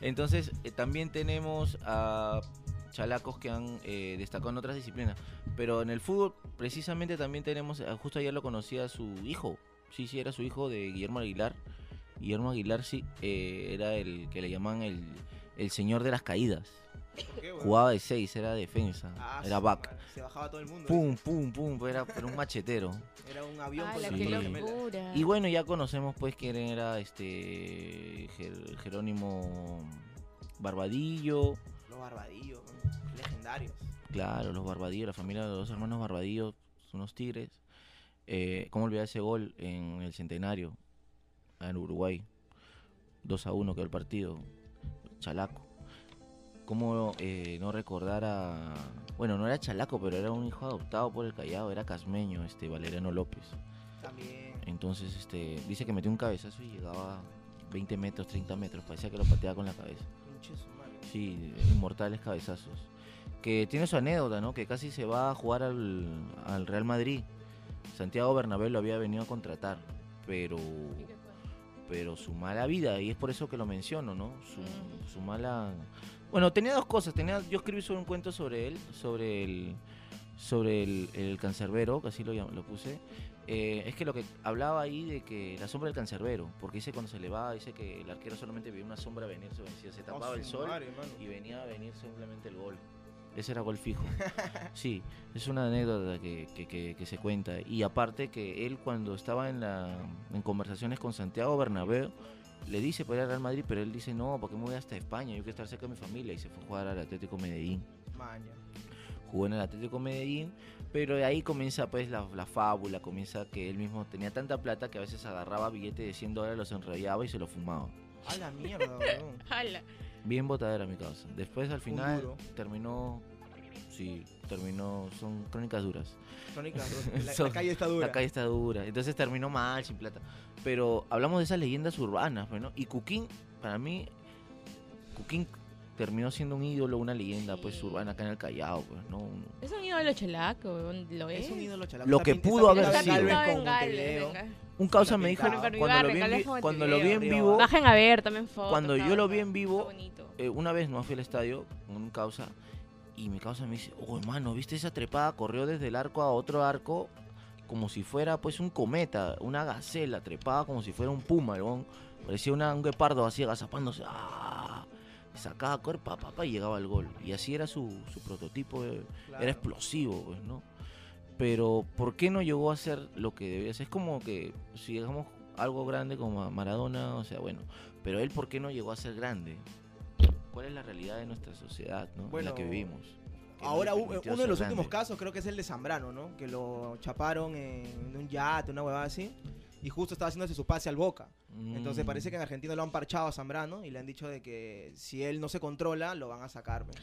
Speaker 3: Entonces, eh, también tenemos a chalacos que han eh, destacado en otras disciplinas. Pero en el fútbol, precisamente también tenemos, ah, justo ayer lo conocí a su hijo. Sí, sí, era su hijo de Guillermo Aguilar. Guillermo Aguilar, sí, eh, era el que le llaman el, el señor de las caídas.
Speaker 2: ¿Por qué, weón?
Speaker 3: Jugaba de seis, era defensa,
Speaker 2: Ah,
Speaker 3: era
Speaker 2: su
Speaker 3: back.
Speaker 2: madre, Se bajaba todo el mundo.
Speaker 3: Pum, pum, pum, era, era un machetero.
Speaker 2: Era un avión
Speaker 5: Ala,
Speaker 2: con
Speaker 3: Sí.
Speaker 5: qué
Speaker 2: torres gemelas.
Speaker 5: locura.
Speaker 3: Y bueno, ya conocemos pues quién era este Jer- Jerónimo Barbadillo,
Speaker 2: Los barbadillos, weón. legendarios.
Speaker 3: claro, los Barbadillo, la familia de los hermanos Barbadillo, son unos tigres. Eh, ¿Cómo olvidar ese gol en el centenario en Uruguay? 2 a 1 quedó el partido, Chalaco. ¿Cómo eh, no recordar a... Bueno, no era Chalaco, pero era un hijo adoptado por el Callao, era Casmeño, este Valeriano López.
Speaker 2: También.
Speaker 3: Entonces, este, dice que metió un cabezazo y llegaba a 20 metros, 30 metros. Parecía que lo pateaba con la cabeza.
Speaker 2: Pinche su madre.
Speaker 3: Sí, inmortales cabezazos. Que tiene su anécdota, ¿no? Que casi se va a jugar al, al Real Madrid. Santiago Bernabéu lo había venido a contratar, pero, pero su mala vida, y es por eso que lo menciono, ¿no? Su,
Speaker 5: Mm.
Speaker 3: su mala... Bueno, tenía dos cosas. Tenía, yo escribí sobre un cuento sobre él, sobre el, sobre el, el cancerbero, que así lo, llam- lo puse. Eh, es que lo que hablaba ahí de que la sombra del cancerbero, porque dice cuando se le va, dice que el arquero solamente veía una sombra venir, se vencía, se tapaba
Speaker 2: Oh,
Speaker 3: el
Speaker 2: su
Speaker 3: sol
Speaker 2: madre, mano.
Speaker 3: y venía a venir simplemente el gol. Ese era gol fijo. Sí, es una anécdota que, que- que- que se cuenta. Y aparte que él cuando estaba en, la, en conversaciones con Santiago Bernabéu, le dice para ir al Real Madrid, pero él dice, no, porque me voy hasta España, yo quiero estar cerca de mi familia. Y se fue a jugar al Atlético Medellín.
Speaker 2: Maña.
Speaker 3: Jugó en el Atlético Medellín, pero de ahí comienza pues la, la fábula, comienza que él mismo tenía tanta plata que a veces agarraba billetes de 100 dólares, los enrollaba y se los fumaba.
Speaker 2: A la mierda, weón.
Speaker 5: Jala.
Speaker 3: Bien botadera mi causa. Después al final
Speaker 2: duro.
Speaker 3: terminó. Sí, terminó. Son crónicas duras.
Speaker 2: Sónica, la,
Speaker 3: Son-
Speaker 2: la calle está dura.
Speaker 3: La calle está dura. Entonces terminó mal, sin plata. Pero hablamos de esas leyendas urbanas, pues, ¿no? Y Cuquín, para mí, Cuquín terminó siendo un ídolo, una leyenda, pues,
Speaker 5: Sí.
Speaker 3: urbana acá en el Callao, pues, ¿no? Un-
Speaker 5: Es un ídolo chelaco, weón, lo es.
Speaker 2: Es un ídolo chalaco.
Speaker 3: Lo
Speaker 2: Está
Speaker 3: que
Speaker 2: pin- está
Speaker 3: pudo haber
Speaker 5: Está
Speaker 2: pintado en
Speaker 3: sido.
Speaker 2: Galvez
Speaker 5: pintado
Speaker 2: con
Speaker 5: en Gales,
Speaker 2: Montevideo.
Speaker 5: venga.
Speaker 3: Un causa me dijo
Speaker 2: Con
Speaker 5: Con
Speaker 2: Claro.
Speaker 3: cuando lo vi en
Speaker 5: Ibarra,
Speaker 3: vi-
Speaker 5: Calafo,
Speaker 3: cuando lo vi en
Speaker 5: Montevideo.
Speaker 3: vivo,
Speaker 5: Bajen a ver también fotos.
Speaker 3: Cuando yo
Speaker 5: todo,
Speaker 3: lo vi en vivo,
Speaker 5: está bonito.
Speaker 3: eh, una vez no fui al estadio con un causa y mi causa me dice, oh hermano, ¿viste esa trepada? Corrió desde el arco a otro arco como si fuera pues un cometa, una gacela trepada como si fuera un puma, weón. Parecía una- un guepardo así agazapándose. ¡Ah! Sacaba cuerpo, papá, y llegaba al gol. Y así era su, su prototipo. eh,
Speaker 2: Claro.
Speaker 3: era explosivo, pues, ¿no? Pero ¿por qué no llegó a ser lo que debía ser? Es como que si llegamos algo grande como a Maradona, o sea, bueno, pero él ¿por qué no llegó a ser grande? ¿Cuál es la realidad de nuestra sociedad, ¿no? en
Speaker 2: Bueno,
Speaker 3: la que vivimos. que no
Speaker 2: Ahora,
Speaker 3: le
Speaker 2: u- uno
Speaker 3: permitió
Speaker 2: de
Speaker 3: ser
Speaker 2: los
Speaker 3: grande?
Speaker 2: últimos casos creo que es el de Zambrano, ¿no? Que lo chaparon en un yate, una huevada así. Y justo estaba haciéndose su pase al Boca. Entonces
Speaker 3: Mm.
Speaker 2: parece que en Argentina lo han parchado a Zambrano y le han dicho de que si él no se controla, lo van a sacar. pues, ¿no?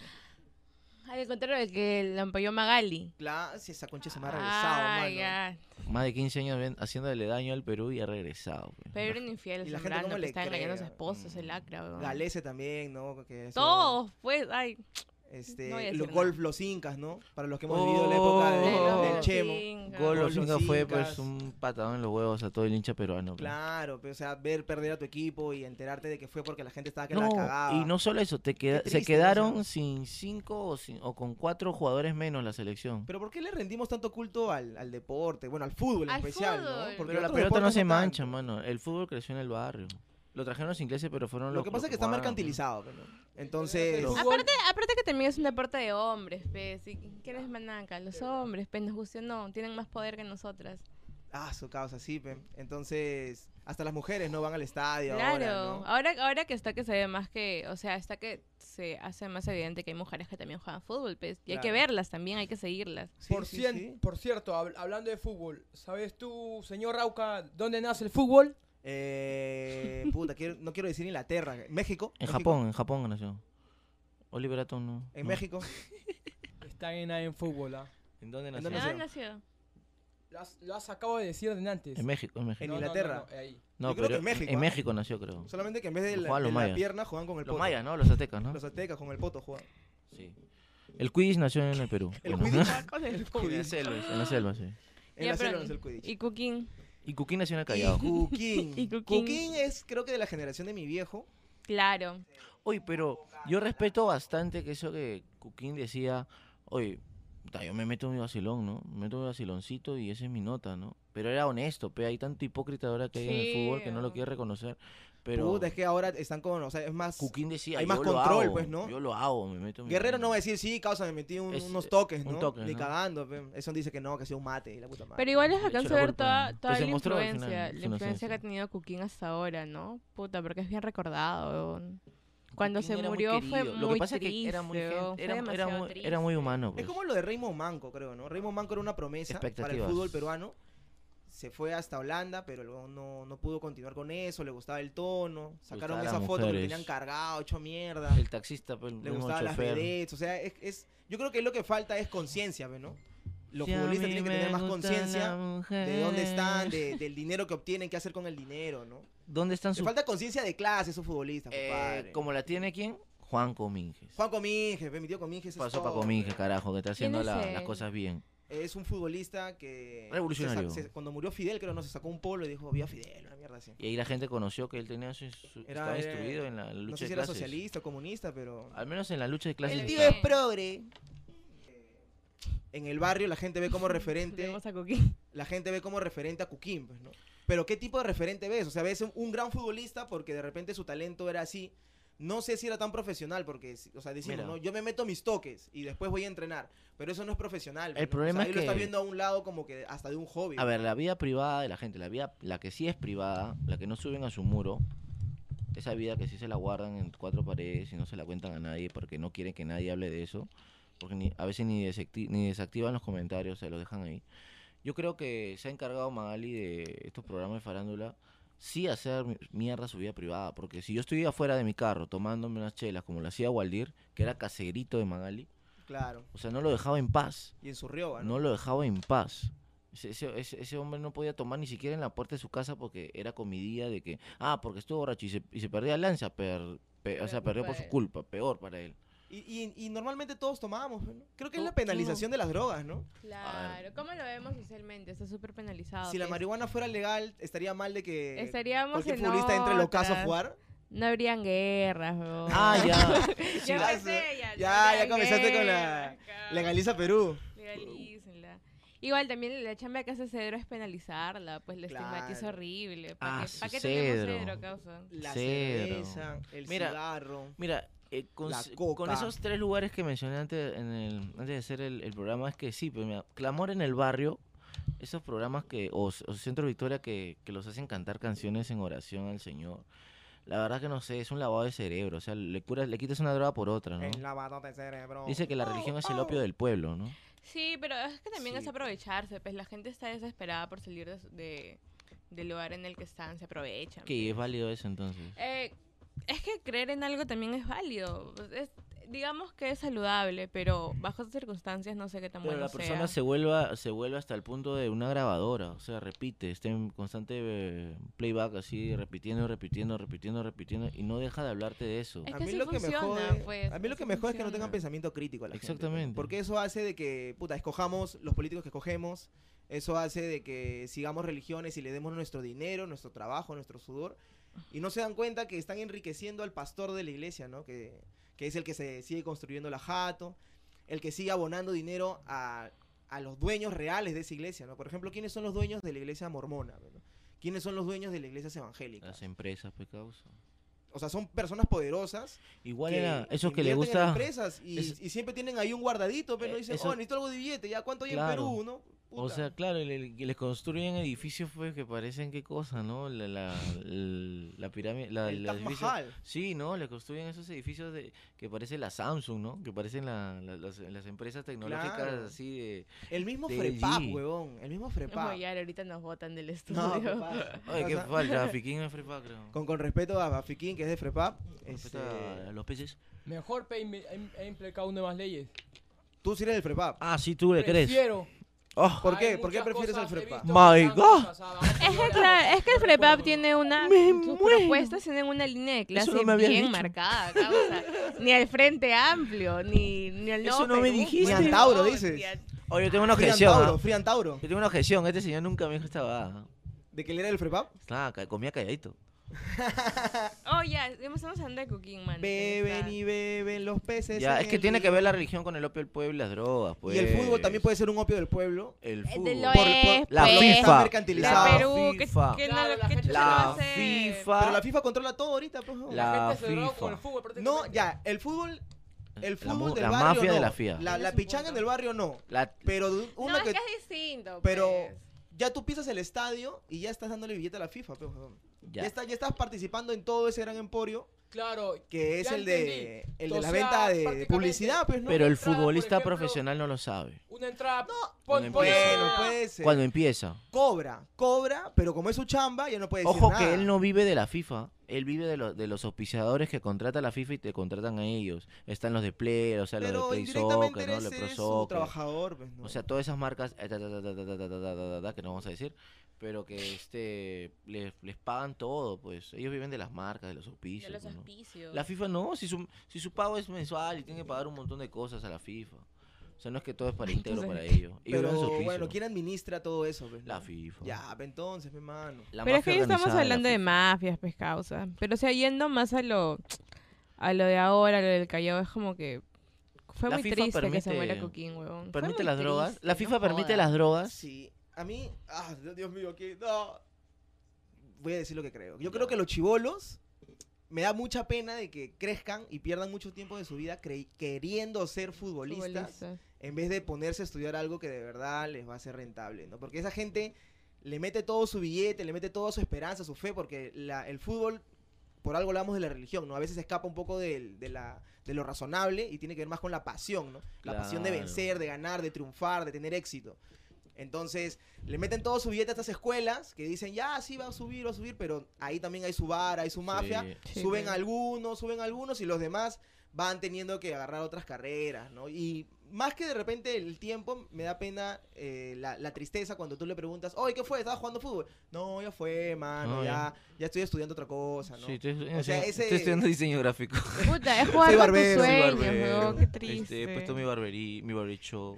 Speaker 5: Al contrario de que lo apoyó Magali.
Speaker 2: Claro, si esa concha se me ha regresado,
Speaker 5: ah,
Speaker 2: mano.
Speaker 5: ya.
Speaker 3: Más de 15 años ven- haciéndole daño al Perú y ha regresado. pues.
Speaker 5: Pero era un infiel,
Speaker 2: ¿Y la gente
Speaker 5: Zambrano,
Speaker 2: cómo
Speaker 5: que
Speaker 2: le
Speaker 5: está engañando a su
Speaker 2: cree?
Speaker 5: esposo, ese
Speaker 3: Mm.
Speaker 5: lacra, weón.
Speaker 2: Galese también, ¿no? Que eso-
Speaker 5: Todos, pues, ay.
Speaker 2: Este,
Speaker 5: No voy a
Speaker 2: los
Speaker 5: decir
Speaker 2: golf los incas, ¿no? Para los que hemos
Speaker 3: Oh.
Speaker 2: vivido la época de-
Speaker 3: Oh.
Speaker 2: del Chemo.
Speaker 3: Gol,
Speaker 2: Gol,
Speaker 3: los incas fue
Speaker 2: incas.
Speaker 3: pues un patadón en los huevos a todo el hincha peruano. pues.
Speaker 2: Claro, pero, o sea, ver perder a tu equipo y enterarte de que fue porque la gente estaba que
Speaker 3: No,
Speaker 2: la cagaba.
Speaker 3: y no solo eso, te queda-
Speaker 2: Qué
Speaker 3: se
Speaker 2: triste,
Speaker 3: quedaron
Speaker 2: o sea.
Speaker 3: sin cinco o, sin- o con cuatro jugadores menos la selección.
Speaker 2: Pero ¿por qué le rendimos tanto culto al, al deporte? Bueno, al fútbol en
Speaker 5: Al
Speaker 2: especial,
Speaker 5: fútbol.
Speaker 2: ¿no? Porque
Speaker 3: Pero la
Speaker 2: otros
Speaker 3: pelota no
Speaker 2: deportes
Speaker 3: se
Speaker 2: tanto.
Speaker 3: mancha, mano. El fútbol creció en el barrio. Lo trajeron los ingleses, pero fueron los
Speaker 2: Lo que pasa es que está
Speaker 3: jugaban,
Speaker 2: mercantilizado, pues, ¿no? Entonces,
Speaker 4: Pero-
Speaker 5: Aparte, aparte que también es un deporte de hombres, pues, pe. si- ¿Qué les mandan acá? Los hombres, pe, nos guste o no, tienen más poder que nosotras.
Speaker 2: ah, su causa, sí, pe. Entonces, hasta las mujeres no van al estadio ahora,
Speaker 5: Claro, Ah,
Speaker 2: ¿no?
Speaker 5: ahora, ahora que está que se ve más que, o sea, está que se hace más evidente que hay mujeres que también juegan fútbol, pues, y hay que
Speaker 2: Claro.
Speaker 5: verlas también, hay que seguirlas.
Speaker 2: Sí,
Speaker 4: Por,
Speaker 2: sí,
Speaker 4: cien-
Speaker 2: sí.
Speaker 4: por cierto, hab- hablando de fútbol, ¿sabes tú, señor Rauca, dónde nace el fútbol?
Speaker 2: Eh, puta, quiero- no quiero decir Inglaterra. ¿México?
Speaker 3: En
Speaker 2: México.
Speaker 3: Japón, en Japón nació. Oliver Atom, no.
Speaker 2: En
Speaker 3: no.
Speaker 2: México.
Speaker 4: Está en, en fútbol, ¿ah?
Speaker 3: ¿En dónde
Speaker 2: ¿En
Speaker 3: nació?
Speaker 2: dónde
Speaker 5: ¿De
Speaker 2: nació?
Speaker 5: dónde nació?
Speaker 4: Lo has, lo has acabado de decir de antes.
Speaker 3: En México, en México.
Speaker 2: En Inglaterra.
Speaker 4: ahí.
Speaker 2: Eh,
Speaker 3: No,
Speaker 2: Yo creo que
Speaker 3: pero
Speaker 2: en México,
Speaker 3: en
Speaker 2: ¿ah?
Speaker 3: México nació, creo.
Speaker 2: Solamente que en vez de la,
Speaker 3: Juegan los
Speaker 2: de la
Speaker 3: mayas.
Speaker 2: pierna juegan con el
Speaker 3: Los
Speaker 2: poto.
Speaker 3: mayas, ¿no? Los aztecas, ¿no?
Speaker 2: Los aztecas con el poto juegan.
Speaker 3: Sí. El Quidditch nació en el Perú.
Speaker 2: El
Speaker 3: Bueno,
Speaker 2: Quidditch.
Speaker 5: El
Speaker 3: en la
Speaker 2: Quidditch.
Speaker 3: selva, en la selva, sí.
Speaker 2: En
Speaker 5: Ya,
Speaker 2: la
Speaker 5: pero-
Speaker 2: selva no es el Quidditch.
Speaker 5: Y Cooking,
Speaker 3: Y Cuquín nació en el
Speaker 2: Y
Speaker 3: Callao.
Speaker 2: Cuquín.
Speaker 5: Y Cuquín.
Speaker 2: Cuquín es, creo que de la generación de mi viejo.
Speaker 5: claro.
Speaker 3: Oye, pero yo respeto bastante que eso que Cuquín decía, oye, puta, yo me meto en mi vacilón, ¿no? Me meto en mi vaciloncito y esa es mi nota, ¿no? Pero era honesto, pero hay tanto hipócrita ahora que hay en el
Speaker 5: Sí,
Speaker 3: fútbol que no lo
Speaker 5: ah.
Speaker 3: quiere reconocer. Pero
Speaker 2: Puta, es que ahora están con, o sea, es más...
Speaker 3: Cuquín decía,
Speaker 2: hay más
Speaker 3: yo lo
Speaker 2: control,
Speaker 3: hago,
Speaker 2: pues, ¿no?
Speaker 3: Yo lo hago, me meto en mi
Speaker 2: Guerrero no va a
Speaker 3: vaina".
Speaker 2: decir, sí, causa, me metí un-
Speaker 3: Es,
Speaker 2: unos
Speaker 3: eh,
Speaker 2: toques, ¿no?
Speaker 3: un toque,
Speaker 2: Ni
Speaker 3: ¿no?
Speaker 2: cagando, pe. Eso dice que no, que sea un mate y la puta madre.
Speaker 5: Pero igual les
Speaker 3: Le
Speaker 5: alcanzo
Speaker 3: echó
Speaker 5: a
Speaker 3: la
Speaker 5: ver
Speaker 3: culpa,
Speaker 5: toda,
Speaker 3: ¿no?
Speaker 5: toda
Speaker 3: Pues
Speaker 5: la
Speaker 3: se mostró al final su
Speaker 5: influencia, la influencia que
Speaker 3: inocencia.
Speaker 5: ha tenido Cooking hasta ahora, ¿no? Puta, porque es bien recordado. weón. Cuando
Speaker 3: Cuquín
Speaker 5: se
Speaker 3: era muy
Speaker 5: murió fue
Speaker 3: querido.
Speaker 5: muy
Speaker 3: Lo que pasa es
Speaker 5: triste,
Speaker 3: que era muy, gente-
Speaker 5: weón, fue
Speaker 3: era, era
Speaker 5: demasiado
Speaker 3: muy, era
Speaker 5: triste.
Speaker 3: muy humano,
Speaker 2: Es
Speaker 3: pues.
Speaker 2: como lo de Raymond Manco, creo, ¿no? Raymond Manco era una promesa para el
Speaker 3: Expectativas.
Speaker 2: fútbol peruano. Se fue hasta Holanda, pero luego no, no pudo continuar con eso, le gustaba el tono. Sacaron
Speaker 3: gustaban
Speaker 2: esa
Speaker 3: las
Speaker 2: foto que lo
Speaker 3: mujeres.
Speaker 2: tenían cargado, hecho mierda.
Speaker 3: El taxista, pues, el
Speaker 2: le
Speaker 3: mismo
Speaker 2: gustaban las
Speaker 3: chofer.
Speaker 2: vedettes, o sea, es, es- yo creo que lo que falta es conciencia, pe, ¿no? Los
Speaker 3: Si a
Speaker 2: futbolistas
Speaker 3: mí
Speaker 2: tienen que
Speaker 3: me
Speaker 2: tener más
Speaker 3: gusta la
Speaker 2: conciencia de dónde están,
Speaker 3: mujer.
Speaker 2: de- del dinero que obtienen, qué hacer con el dinero, ¿no?
Speaker 3: ¿Dónde están
Speaker 2: Le
Speaker 3: sus...
Speaker 2: falta conciencia de clase esos futbolistas,
Speaker 3: eh,
Speaker 2: compadre.
Speaker 3: como la tiene quién? Juan Cominges.
Speaker 2: Juan Cominges, pe, mi tío Cominges es
Speaker 3: Pasó para
Speaker 2: todo,
Speaker 3: Cominges,
Speaker 2: pe.
Speaker 3: carajo, que está haciendo
Speaker 5: es
Speaker 3: la-
Speaker 5: él?
Speaker 3: las cosas bien.
Speaker 2: Es un futbolista que.
Speaker 3: Revolucionario.
Speaker 2: se sa- se- cuando murió Fidel, creo, no se sacó un polo y dijo: Vía Fidel, una mierda así.
Speaker 3: Y ahí la gente conoció que él tenía su, su-
Speaker 2: Era,
Speaker 3: estaba
Speaker 2: eh,
Speaker 3: instruido en la lucha
Speaker 2: No sé si
Speaker 3: de
Speaker 2: era
Speaker 3: clases. Ah.
Speaker 2: socialista o comunista, pero.
Speaker 3: Al menos en la lucha de clases.
Speaker 2: El tío
Speaker 3: estaba.
Speaker 2: es progre. En el barrio la gente ve como referente.
Speaker 5: Tenemos a Cooking.
Speaker 2: la gente ve como referente a Cuquín, pues, ¿no? Pero ¿qué tipo de referente ves? O sea, ves un, un gran futbolista porque de repente su talento era así. No sé si era tan profesional porque, si- o sea, decimos,
Speaker 3: Mira.
Speaker 2: ¿no? Yo me meto mis toques y después voy a entrenar. Pero eso no es profesional. pues, ¿no?
Speaker 3: El
Speaker 2: O
Speaker 3: problema
Speaker 2: sea,
Speaker 3: es
Speaker 2: ahí lo estás
Speaker 3: que-
Speaker 2: viendo a un lado como que hasta de un hobby.
Speaker 3: A ver, la vida privada de la gente, la vida, la que sí es privada, la que no suben a su muro, esa vida que sí se la guardan en cuatro paredes y no se la cuentan a nadie porque no quieren que nadie hable de eso, porque ni- a veces ni, desacti- ni desactivan los comentarios, se los dejan ahí. Yo creo que se ha encargado Magali de estos programas de farándula sí hacer mi- mierda su vida privada. Porque si yo estoy afuera de mi carro tomándome unas chelas, como lo hacía Waldir, que era caserito de Magali,
Speaker 2: Claro.
Speaker 3: o sea, no lo dejaba en paz.
Speaker 2: Y en su rioba, ¿no?
Speaker 3: No lo dejaba en paz. Ese, ese- ese- ese hombre no podía tomar ni siquiera en la puerta de su casa porque era comidía de que, ah, porque estuvo borracho y se, y se perdía lanza, per- pe- o
Speaker 5: Era
Speaker 3: sea,
Speaker 5: culpa
Speaker 3: perdió por
Speaker 5: de
Speaker 3: su
Speaker 5: él.
Speaker 3: culpa, peor para él.
Speaker 2: Y, y- y normalmente todos tomábamos, ¿no? Creo que es la
Speaker 3: No,
Speaker 2: penalización de las drogas, ¿no?
Speaker 5: Claro, ¿cómo lo vemos socialmente? Está súper penalizado.
Speaker 2: Si la
Speaker 5: pues.
Speaker 2: marihuana fuera legal, estaría mal de que
Speaker 5: Estaríamos
Speaker 2: cualquier
Speaker 5: en
Speaker 2: futbolista entre los casos a
Speaker 5: otras.
Speaker 2: jugar.
Speaker 5: No habrían guerras, bro.
Speaker 3: Ah, ya.
Speaker 5: ya,
Speaker 2: ya
Speaker 5: empecé,
Speaker 2: sé. Ya,
Speaker 5: ya, no
Speaker 2: ya
Speaker 5: habrían
Speaker 2: comenzaste con la-
Speaker 5: guerras, cabrón.
Speaker 2: Legaliza Perú.
Speaker 5: Legalícenla. Igual también la chamba que hace Cedro es penalizarla, pues le
Speaker 2: Claro.
Speaker 5: estigmatiza horrible.
Speaker 3: Ah,
Speaker 5: ¿Para qué,
Speaker 3: su
Speaker 5: pa' qué tenemos
Speaker 3: Cedro.
Speaker 5: Cedro, causa?
Speaker 2: La
Speaker 3: Cero.
Speaker 2: cerveza, el
Speaker 3: Mira,
Speaker 2: cigarro.
Speaker 3: Mira, eh, con,
Speaker 2: La
Speaker 3: s-
Speaker 2: coca.
Speaker 3: con esos tres lugares que mencioné antes, en el, antes de hacer el, el programa, es que sí, pues, mira, Clamor en el Barrio, esos programas que, o, s- o Centro Victoria que, que los hacen cantar canciones en oración al Señor. La verdad que no sé, es un lavado de cerebro, o sea, le, curas, le quitas una droga por otra, ¿no?
Speaker 2: El lavado de cerebro.
Speaker 3: Dice
Speaker 5: Oh,
Speaker 3: que la religión es el opio del pueblo, ¿no?
Speaker 5: Sí, pero es que también es
Speaker 2: Sí.
Speaker 5: aprovecharse, pues la gente está desesperada por salir de, de- del lugar en el que están, se aprovechan.
Speaker 3: Que es válido eso entonces.
Speaker 5: Eh, es que creer en algo también es válido. pues Es- digamos que es saludable, pero bajo esas circunstancias no sé qué tan
Speaker 3: Pero
Speaker 5: bueno
Speaker 3: la persona
Speaker 5: sea.
Speaker 3: se vuelva, se vuelve hasta el punto de una grabadora, o sea, repite, está en constante eh, playback así, repitiendo, repitiendo, repitiendo, repitiendo, y no deja de hablarte de eso.
Speaker 5: Es que así funciona, pues,
Speaker 2: a mí lo
Speaker 5: así
Speaker 2: que me jode es que no
Speaker 5: funciona.
Speaker 2: tengan pensamiento crítico a la gente, pues.
Speaker 3: Exactamente.
Speaker 2: porque eso hace de que, puta, escojamos los políticos que escogemos. Eso hace de que sigamos religiones y le demos nuestro dinero, nuestro trabajo, nuestro sudor. Y no se dan cuenta que están enriqueciendo al pastor de la iglesia, ¿no? Que, que es el que se sigue construyendo la jato, el que sigue abonando dinero a, a los dueños reales de esa iglesia, ¿no? Por ejemplo, ¿quiénes son los dueños de la iglesia mormona? ¿no? ¿Quiénes son los dueños de la iglesia evangélica?
Speaker 3: Las empresas, pues, causa.
Speaker 2: O sea, son personas poderosas
Speaker 3: Igual
Speaker 2: que
Speaker 3: era, esos que le
Speaker 2: invierten en
Speaker 3: gusta,
Speaker 2: empresas y,
Speaker 3: es-
Speaker 2: y siempre tienen ahí un guardadito, pero
Speaker 3: Eh,
Speaker 2: dicen,
Speaker 3: eso-
Speaker 2: oh, necesito algo de billete, ya cuánto hay
Speaker 3: Claro.
Speaker 2: en Perú, ¿no?
Speaker 3: o
Speaker 2: Puta.
Speaker 3: sea, claro, y le- que les construyen edificios, pues, que parecen qué cosa, ¿no? La, la, el- la pirámide, la,
Speaker 2: el
Speaker 3: la
Speaker 2: Taj
Speaker 3: edificio-
Speaker 2: Mahal.
Speaker 3: Sí, ¿no? Le construyen esos edificios de, que parecen la Samsung, ¿no? Que parecen la- la- las, las empresas tecnológicas
Speaker 2: Claro.
Speaker 3: así de...
Speaker 2: El mismo
Speaker 3: de
Speaker 2: Frepap,
Speaker 3: LG.
Speaker 2: huevón, el mismo Frepap.
Speaker 5: Oye, ya, ahorita nos botan del estudio.
Speaker 2: No, ¿qué pasa?
Speaker 3: Ay, qué
Speaker 2: O sea,
Speaker 3: falta, Fiquín me frepa, creo.
Speaker 2: con, con respeto a a Fiquín, que es de Frepap,
Speaker 3: Respeta
Speaker 2: este,
Speaker 3: a los peces.
Speaker 4: Mejor pe- im- he, he implicado nuevas leyes.
Speaker 2: tú sí eres del Frepap.
Speaker 3: Ah, sí, tú le crees.
Speaker 4: Prefiero.
Speaker 3: Oh,
Speaker 2: ¿Por
Speaker 4: Hay
Speaker 2: qué? ¿Por qué
Speaker 4: muchas
Speaker 2: prefieres al
Speaker 4: cosas, he
Speaker 2: Frepap?
Speaker 4: visto que
Speaker 3: My
Speaker 4: están
Speaker 3: God.
Speaker 4: desfasadas. Vamos a
Speaker 5: Es que,
Speaker 4: hablar
Speaker 5: claro, es que el
Speaker 4: de
Speaker 5: FREPAP
Speaker 4: recuerdos.
Speaker 5: tiene una...
Speaker 3: Me
Speaker 5: sus
Speaker 3: muero.
Speaker 5: propuestas tienen una línea de clase
Speaker 3: Eso no me habías
Speaker 5: bien
Speaker 3: dicho.
Speaker 5: marcada, causa. Ni al Frente Amplio, ni, ni al
Speaker 3: Eso
Speaker 5: Nuevo
Speaker 3: no me
Speaker 5: Perú,
Speaker 3: dijiste.
Speaker 5: pues,
Speaker 2: Ni al Tauro,
Speaker 5: no,
Speaker 2: dices.
Speaker 5: ni a-
Speaker 3: Oye, oh, yo tengo una
Speaker 2: Free
Speaker 3: objeción.
Speaker 2: Antauro,
Speaker 3: ¿ah?
Speaker 2: Free Antauro.
Speaker 3: Yo tengo una objeción. Este señor nunca me dijo esta va.
Speaker 2: ¿De que él era del Frepap?
Speaker 3: Estaba, ca- comía calladito.
Speaker 5: Oh, ya, estamos hablando de Cooking Man.
Speaker 2: Beben
Speaker 5: Ahí
Speaker 2: y beben los peces.
Speaker 3: Ya,
Speaker 2: en
Speaker 3: es que
Speaker 2: el
Speaker 3: tiene que
Speaker 2: río.
Speaker 3: ver la religión con el opio del pueblo y las drogas, pues.
Speaker 2: Y el fútbol también puede ser un opio del pueblo.
Speaker 3: El
Speaker 5: Eh,
Speaker 3: fútbol.
Speaker 5: de lo
Speaker 2: Por-
Speaker 5: es,
Speaker 2: por-
Speaker 3: La
Speaker 5: pues,
Speaker 2: Está
Speaker 3: FIFA.
Speaker 2: mercantilizado.
Speaker 5: La Perú, que,
Speaker 3: FIFA.
Speaker 5: que
Speaker 4: Claro,
Speaker 5: no,
Speaker 4: la
Speaker 5: que
Speaker 4: gente
Speaker 5: chucha
Speaker 4: se
Speaker 5: no
Speaker 4: va
Speaker 3: La
Speaker 5: hace.
Speaker 3: FIFA.
Speaker 2: Pero la FIFA controla todo ahorita, pues. huevón.
Speaker 4: La,
Speaker 3: La
Speaker 4: gente se drogó con
Speaker 3: FIFA.
Speaker 4: el fútbol
Speaker 2: No,
Speaker 4: prácticamente.
Speaker 2: ya, el fútbol El
Speaker 3: La
Speaker 2: fútbol
Speaker 3: mu-
Speaker 2: del
Speaker 3: la
Speaker 2: barrio
Speaker 3: mafia
Speaker 2: no.
Speaker 3: de la FIA.
Speaker 2: La,
Speaker 5: Tienes
Speaker 2: la
Speaker 5: un
Speaker 2: pichanga
Speaker 5: punto.
Speaker 2: del barrio no.
Speaker 3: La-
Speaker 2: Pero de-
Speaker 5: No,
Speaker 2: una
Speaker 5: es
Speaker 2: que,
Speaker 5: que es distinto,
Speaker 2: pero
Speaker 5: pues.
Speaker 2: ya tú pisas el estadio y ya estás dándole billete a la FIFA, pe, huevón. Ya.
Speaker 3: Ya.
Speaker 2: está- ya estás participando en todo ese gran emporio
Speaker 4: Claro.
Speaker 2: que es
Speaker 4: Ya
Speaker 2: el de
Speaker 4: entendí.
Speaker 2: el
Speaker 4: O
Speaker 2: de la
Speaker 4: sea,
Speaker 2: venta de- de,
Speaker 4: prácticamente-
Speaker 2: publicidad, pues no.
Speaker 3: Pero el
Speaker 4: entrada, por
Speaker 3: futbolista
Speaker 4: ejemplo,
Speaker 3: profesional no lo sabe.
Speaker 4: Una entrada.
Speaker 3: Cuando
Speaker 4: pon-
Speaker 3: empieza.
Speaker 4: pon-
Speaker 2: bueno, Pues, puede ser.
Speaker 3: Cuando empieza.
Speaker 2: Cobra, cobra, pero como es su chamba, ya no puede decir
Speaker 3: Ojo
Speaker 2: nada.
Speaker 3: que él no vive de la FIFA. Él vive de, lo- de los auspiciadores que contrata la FIFA y te contratan a ellos. Están los de Play, o sea, los de
Speaker 2: Pero
Speaker 3: Play
Speaker 2: indirectamente
Speaker 3: Soccer, ¿no?
Speaker 2: eres,
Speaker 3: Los de Pro
Speaker 2: eres su
Speaker 3: Soccer.
Speaker 2: trabajador, pues no.
Speaker 3: O sea, todas esas marcas, eh, ta, ta, ta, ta, ta, ta, ta, ta, ta, ta, ta, que no vamos a decir, pero que este les, les pagan todo, pues. Ellos viven de las marcas, de los
Speaker 5: De
Speaker 3: auspicios.
Speaker 5: los
Speaker 3: pues, ¿no?
Speaker 5: auspicios.
Speaker 3: La FIFA no, si su, si su pago es mensual y tiene que pagar un montón de cosas a la FIFA. O sea, no es que todo es para entero
Speaker 5: Entonces-
Speaker 3: para ellos. Ellos viven de su
Speaker 2: pero
Speaker 3: auspicio.
Speaker 2: bueno, ¿quién administra todo eso, pues,
Speaker 3: La
Speaker 2: no?
Speaker 3: FIFA.
Speaker 2: Ya, pe, entonces, mi hermano.
Speaker 3: La
Speaker 5: Pero es
Speaker 3: mafia
Speaker 5: que ya estamos
Speaker 3: organizada la
Speaker 5: hablando de
Speaker 3: FIFA.
Speaker 5: mafias, pues causa. Pero o sea, yendo más a lo a lo de ahora, a lo del Callao, es como que fue
Speaker 3: La
Speaker 5: muy
Speaker 3: FIFA
Speaker 5: triste que se
Speaker 3: permite-
Speaker 5: muera Coquín, huevón. Fue
Speaker 3: ¿Permite
Speaker 5: muy
Speaker 3: las drogas?
Speaker 5: triste,
Speaker 3: La
Speaker 5: no
Speaker 3: FIFA permite
Speaker 5: jodas.
Speaker 3: las drogas.
Speaker 2: Sí, a mí, ah, Dios- Dios mío, que no. Voy a decir lo que creo. Yo creo que los chivolos me da mucha pena de que crezcan y pierdan mucho tiempo de su vida crey- queriendo ser futbolistas
Speaker 5: Futbolistas.
Speaker 2: en vez de ponerse a estudiar algo que de verdad les va a ser rentable, ¿no? Porque esa gente le mete todo su billete, le mete toda su esperanza, su fe, porque la- el fútbol por algo hablamos de la religión, ¿no? A veces escapa un poco del- de, la, de lo razonable y tiene que ver más con la pasión, ¿no? La pasión de
Speaker 3: Claro.
Speaker 2: vencer, de ganar, de triunfar, de tener éxito. Entonces, le meten todo su billete a estas escuelas que dicen, ya, sí, va a subir, va a subir, pero ahí también hay su bar, hay su mafia.
Speaker 5: Sí.
Speaker 2: Suben
Speaker 5: Sí.
Speaker 2: algunos, suben algunos y los demás van teniendo que agarrar otras carreras, ¿no? Y más que de repente el tiempo, me da pena eh, la, la tristeza cuando tú le preguntas, oye, ¿qué fue? ¿Estabas jugando fútbol? No, ya fue, mano,
Speaker 3: No,
Speaker 2: ya,
Speaker 3: ya.
Speaker 2: ya estoy estudiando otra cosa, ¿no?
Speaker 3: Sí, estoy, estoy-
Speaker 2: O sea,
Speaker 3: estoy
Speaker 2: ese-
Speaker 3: estudiando diseño gráfico.
Speaker 5: Puta, es jugar con tus
Speaker 2: barbero. Soy
Speaker 5: sueños,
Speaker 3: barbero.
Speaker 5: huevón, Qué
Speaker 3: Este,
Speaker 5: triste.
Speaker 3: he puesto mi barberí, mi barbershop.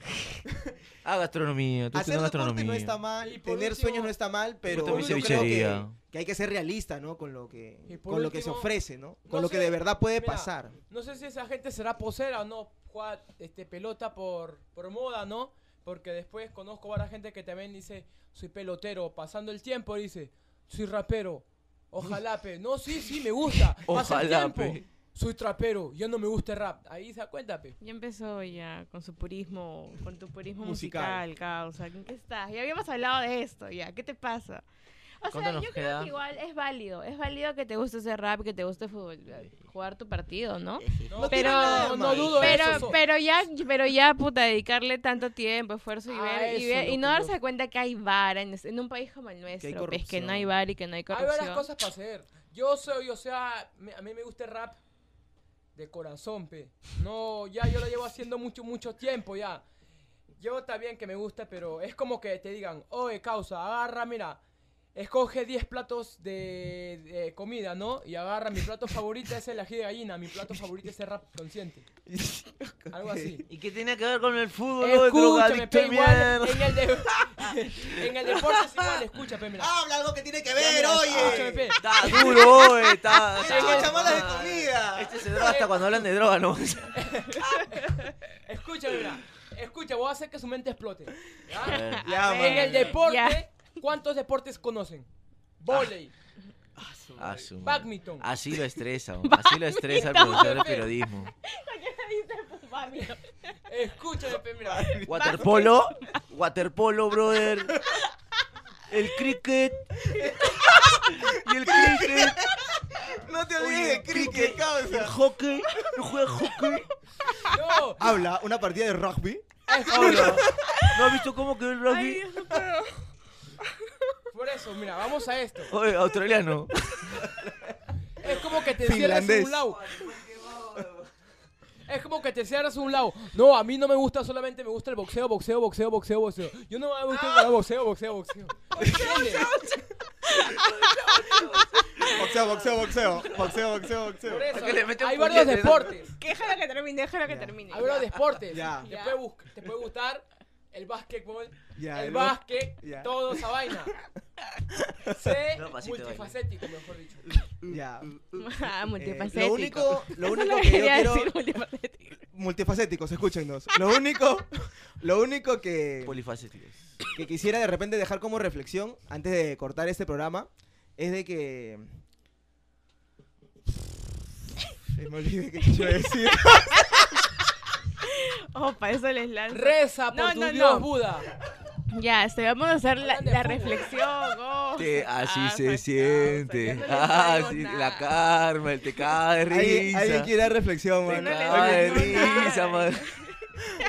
Speaker 3: ah, gastronomía. Estoy
Speaker 2: Hacer
Speaker 3: estudiando
Speaker 2: deporte
Speaker 3: gastronomía.
Speaker 2: no está mal,
Speaker 4: Y por
Speaker 2: tener
Speaker 4: último-
Speaker 2: sueños no está mal, pero
Speaker 3: gusta mi
Speaker 2: yo creo que,
Speaker 3: cevichería.
Speaker 2: que hay que ser realista, ¿no? Con lo que,
Speaker 4: Y por
Speaker 2: con lo que se
Speaker 4: último,
Speaker 2: ofrece, ¿no? Con
Speaker 4: no
Speaker 2: lo que
Speaker 4: sé,
Speaker 2: de verdad puede
Speaker 4: mira,
Speaker 2: pasar.
Speaker 4: No sé si esa gente será posera o no, juega este, pelota por, por moda, ¿no? Porque después conozco a la gente que también dice, soy pelotero, pasando el tiempo dice, soy rapero, ojalá, pe. No, sí, sí, me gusta. Pasa el
Speaker 3: Ojalá,
Speaker 4: tiempo,
Speaker 3: pe.
Speaker 4: Soy trapero, ya no me gusta el rap. Ahí se da cuenta, pe.
Speaker 5: Ya empezó ya con su purismo, con tu purismo
Speaker 2: Musical.
Speaker 5: musical, causa. ¿En qué estás? Ya habíamos hablado de esto, ya. ¿Qué te pasa? O sea,
Speaker 3: ¿Cuánto
Speaker 5: yo
Speaker 3: nos
Speaker 5: creo
Speaker 3: queda?
Speaker 5: que igual es válido. Es válido que te guste ese rap, que te guste fútbol, eh, jugar tu partido, ¿no?
Speaker 4: No,
Speaker 5: Pero-
Speaker 4: no, no dudo eso.
Speaker 5: Pero,
Speaker 4: so-
Speaker 5: pero ya, pero ya, puta, dedicarle tanto tiempo, esfuerzo y
Speaker 4: A
Speaker 5: ver, y,
Speaker 4: eso
Speaker 5: ver-
Speaker 4: es lo
Speaker 5: y no
Speaker 4: que
Speaker 5: darse
Speaker 4: yo-
Speaker 5: cuenta que hay vara en, este- en un país como el nuestro, pues, que
Speaker 2: corrupción.
Speaker 5: no hay vara y que no hay
Speaker 4: Hay
Speaker 5: corrupción.
Speaker 4: varias cosas para hacer. Yo soy, o sea, me- a mí me gusta el rap de corazón, pe. No, ya yo lo llevo haciendo mucho, mucho tiempo ya. Yo también que me gusta, pero es como que te digan, oye, causa, agarra, mira, escoge 10 platos de, de comida, ¿no? Y agarra, mi plato favorito es el ají de gallina, mi plato favorito es el rap consciente. Algo así.
Speaker 3: ¿Y qué tiene que ver con el fútbol?
Speaker 4: Eh,
Speaker 3: eh,
Speaker 4: Escúchame, pe, igual, eh, en el, de- en el deporte es igual, escúchame, mira.
Speaker 2: Habla algo que tiene que
Speaker 4: Ya,
Speaker 2: ver,
Speaker 4: mira,
Speaker 2: oye.
Speaker 4: escúchame, pe.
Speaker 3: Está duro, güey. Está.
Speaker 2: Escucha,
Speaker 3: está-
Speaker 2: chamalas de comida.
Speaker 3: Este se droga hasta cuando hablan de droga, ¿no?
Speaker 4: Escucha, mira. Escucha, voy a hacer que su mente explote. ¿ya?
Speaker 3: A ver.
Speaker 2: Ya,
Speaker 5: ver.
Speaker 4: En
Speaker 2: mano.
Speaker 4: el deporte,
Speaker 5: Ya.
Speaker 4: ¿cuántos deportes conocen? Voley,
Speaker 3: Ah, su madre.
Speaker 4: badminton.
Speaker 3: Así lo estresa, güey. así lo estresa el profesor de periodismo.
Speaker 4: Escúchame, pe, mira.
Speaker 3: Waterpolo, waterpolo, brother. El cricket. Y el cricket.
Speaker 2: No te olvides
Speaker 3: Oye,
Speaker 2: de cricket,
Speaker 3: El
Speaker 2: causa.
Speaker 3: hockey. No juega hockey.
Speaker 4: No,
Speaker 2: Habla una partida de rugby.
Speaker 3: Ahora, ¿No has visto cómo quedó el
Speaker 5: Ay,
Speaker 3: rugby?
Speaker 5: Dios, no puedo.
Speaker 4: por eso, mira, vamos a esto.
Speaker 3: Oye, australiano.
Speaker 4: Es como que te cierras en
Speaker 2: Finlandés.
Speaker 4: un lado. Es como que te cierras en un lado. No, a mí no me gusta, solamente me gusta el boxeo, boxeo, boxeo, boxeo, boxeo. Yo no me gusta el boxeo, boxeo, boxeo. ¿Entiendes?
Speaker 2: Boxeo, boxeo, boxeo. Boxeo, boxeo, boxeo.
Speaker 4: Por eso,
Speaker 3: que le mete un
Speaker 4: hay varios
Speaker 3: puñete, ¿no?
Speaker 4: deportes.
Speaker 5: Que Déjalo que termine, déjalo que
Speaker 2: Ya.
Speaker 5: termine.
Speaker 4: Hablo de deportes.
Speaker 2: Ya.
Speaker 4: Te,
Speaker 5: Ya.
Speaker 4: puede bus- te puede gustar el básquetbol,
Speaker 2: Ya,
Speaker 4: el
Speaker 2: ¿no?
Speaker 4: básquet,
Speaker 2: Ya.
Speaker 4: toda esa vaina. Sé
Speaker 3: No, pasito de baile.
Speaker 4: multifacético, mejor dicho.
Speaker 2: Ya.
Speaker 5: Ah,
Speaker 2: Eh,
Speaker 5: multifacético.
Speaker 2: lo único, lo
Speaker 5: Eso
Speaker 2: único
Speaker 5: lo
Speaker 2: que yo
Speaker 5: quería
Speaker 2: quiero.
Speaker 5: decir, multifacético.
Speaker 2: Multifacéticos, escúchennos. Lo único, lo único que.
Speaker 3: Polifacéticos.
Speaker 2: que quisiera de repente dejar como reflexión antes de cortar este programa es de que. Se me olvidé qué iba a decir.
Speaker 5: Opa, eso les lanzo.
Speaker 4: Reza por
Speaker 5: No,
Speaker 4: tu
Speaker 5: no,
Speaker 4: Dios
Speaker 5: no.
Speaker 4: Buda.
Speaker 5: Ya, este, vamos a hacer la,
Speaker 4: Hablan de
Speaker 5: la
Speaker 4: fútbol.
Speaker 5: reflexión. oh.
Speaker 3: Te- así
Speaker 5: Ah,
Speaker 3: se
Speaker 5: o sea,
Speaker 3: siente.
Speaker 5: no, o sea, yo no les
Speaker 3: ah,
Speaker 5: traigo
Speaker 3: sí, la
Speaker 5: nada.
Speaker 3: karma, el te cae de
Speaker 2: ¿Alguien,
Speaker 3: risa.
Speaker 2: alguien quiere dar reflexión,
Speaker 3: Te
Speaker 2: mano.
Speaker 5: les
Speaker 3: cae de
Speaker 5: traigo nada.
Speaker 3: risa, man.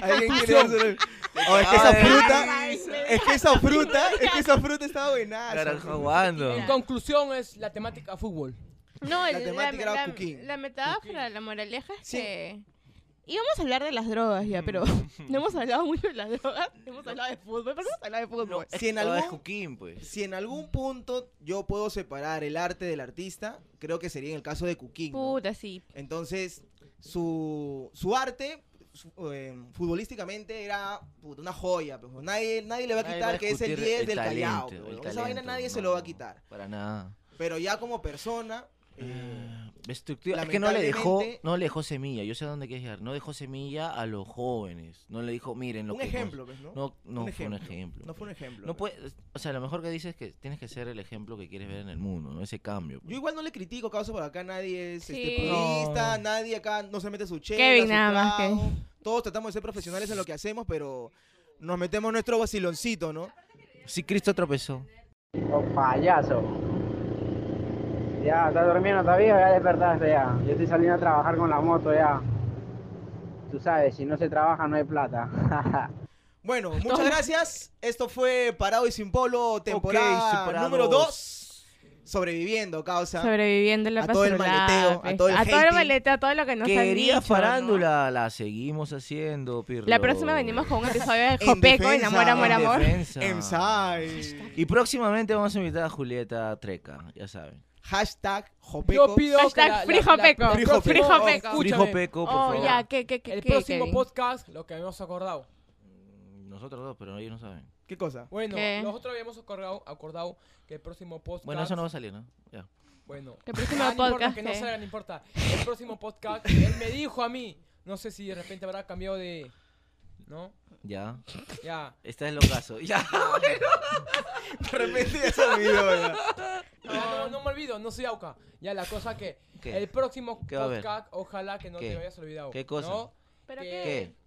Speaker 2: Alguien quiere dar reflexión. Oh, es que esa
Speaker 3: Ay,
Speaker 2: fruta.
Speaker 5: ay, me
Speaker 2: Es que esa fruta. Es que esa fruta estaba buenaza.
Speaker 3: Carajo, aguando.
Speaker 4: En conclusión es la temática fútbol.
Speaker 5: No,
Speaker 2: La
Speaker 5: el- la,
Speaker 2: temática era
Speaker 5: la-
Speaker 2: cooking.
Speaker 5: la metáfora, la moraleja es
Speaker 2: Sí.
Speaker 5: que... Íbamos a hablar de las drogas ya, pero no hemos hablado mucho de las drogas. Hemos hablado de fútbol, pero no hemos hablado de fútbol.
Speaker 2: Si en
Speaker 3: Todo es
Speaker 2: algún
Speaker 3: Juquín, pues.
Speaker 2: si en algún punto yo puedo separar el arte del artista, creo que sería en el caso de Cooking.
Speaker 5: Puta, sí.
Speaker 2: Entonces, su, su arte su- eh, futbolísticamente era puta, una joya. pues, Nadie, nadie le va a
Speaker 3: Nadie
Speaker 2: quitar
Speaker 3: a
Speaker 2: que es el
Speaker 3: discutir
Speaker 2: 10 del Callao.
Speaker 3: talento,
Speaker 2: pues,
Speaker 3: el
Speaker 2: Esa vaina
Speaker 3: talento,
Speaker 2: nadie se
Speaker 3: no,
Speaker 2: lo va a quitar.
Speaker 3: Para nada.
Speaker 2: Pero ya como persona, eh,
Speaker 3: Ah, Estructura. Es que no le dejó,
Speaker 2: lamentablemente-
Speaker 3: no le dejó semilla. Yo sé a dónde quieres llegar. No dejó semilla a los jóvenes. No le dijo, miren lo
Speaker 2: un
Speaker 3: que nos-
Speaker 2: ejemplo, pues, ¿no?
Speaker 3: No, no
Speaker 2: Un
Speaker 3: fue un
Speaker 2: ejemplo.
Speaker 3: ejemplo.
Speaker 2: No fue un ejemplo.
Speaker 3: No
Speaker 2: pues.
Speaker 3: puede- o sea, lo mejor que dices es que tienes que ser el ejemplo que quieres ver en el mundo, ¿no? Ese cambio. pues.
Speaker 2: Yo igual no le critico, causa, por acá nadie es este,
Speaker 5: Sí.
Speaker 2: purista,
Speaker 4: No.
Speaker 2: nadie acá no se mete su chela,
Speaker 5: Kevin,
Speaker 2: su
Speaker 5: nada más que-
Speaker 2: trago. Todos tratamos de ser profesionales en lo que hacemos, pero nos metemos nuestro vaciloncito, ¿no?
Speaker 3: Sí, Cristo tropezó.
Speaker 6: Oh, payaso. Ya, ¿estás durmiendo todavía o ya despertaste ya? Yo estoy saliendo a trabajar con la moto ya. Tú sabes, si no se trabaja no hay plata.
Speaker 2: Bueno, muchas gracias. Esto fue Parado y Sin Polo, temporada
Speaker 3: Ok, temporada
Speaker 2: número
Speaker 3: dos.
Speaker 2: 2. Sobreviviendo, causa.
Speaker 5: Sobreviviendo la
Speaker 2: a todo el
Speaker 5: pastrulada,
Speaker 2: maleteo, a
Speaker 5: pues.
Speaker 2: todo el hating.
Speaker 5: maleteo, a todo lo que nos han
Speaker 3: Quería
Speaker 5: dicho, ¿no?
Speaker 3: farándula, la seguimos haciendo, Pirlo.
Speaker 5: La próxima venimos con un episodio de
Speaker 2: En
Speaker 5: Jopeco,
Speaker 2: defensa,
Speaker 5: Enamor, Amor,
Speaker 2: en
Speaker 5: Amor.
Speaker 3: Defensa.
Speaker 2: Emsai.
Speaker 3: Y próximamente vamos a invitar a Julieta Treca, ya saben.
Speaker 2: Hashtag Jopeco.
Speaker 4: Yo pido
Speaker 5: Hashtag
Speaker 4: que la- la-
Speaker 5: Free
Speaker 4: la-
Speaker 5: Jopeco.
Speaker 4: la-
Speaker 2: Free
Speaker 4: la-
Speaker 2: Jopeco.
Speaker 5: Free Jopeco.
Speaker 4: Escúchame,
Speaker 3: Frijo Peco, por
Speaker 5: Oh,
Speaker 3: favor.
Speaker 5: ya, ¿qué, qué, qué?
Speaker 4: El
Speaker 5: qué,
Speaker 4: próximo
Speaker 5: Kevin?
Speaker 4: podcast, lo que habíamos acordado.
Speaker 3: Nosotros dos, pero ellos no saben.
Speaker 2: ¿Qué cosa?
Speaker 4: Bueno,
Speaker 5: ¿Qué?
Speaker 4: nosotros habíamos acordado, acordado que el próximo podcast.
Speaker 3: Bueno, eso no va a salir, ¿no? Ya.
Speaker 4: Bueno.
Speaker 5: El próximo
Speaker 4: Ah, no importa,
Speaker 5: podcast,
Speaker 4: que no
Speaker 5: ¿qué?
Speaker 4: salga, no importa. El próximo podcast, él me dijo a mí. No sé si de repente habrá cambiado de. ¿No?
Speaker 3: Ya.
Speaker 4: Ya.
Speaker 3: Este es el ocaso. Ya.
Speaker 2: De repente ya se olvidó, ¿verdad?
Speaker 4: No, no, no me olvido, no soy Auca. Ya, la cosa que.
Speaker 3: ¿Qué?
Speaker 4: El próximo
Speaker 3: ¿Qué va a haber?
Speaker 4: podcast, ojalá que no
Speaker 3: ¿Qué?
Speaker 4: te hayas olvidado.
Speaker 3: ¿Qué cosa?
Speaker 4: ¿no?
Speaker 5: ¿Pero
Speaker 4: Que-
Speaker 5: qué?
Speaker 3: ¿Qué?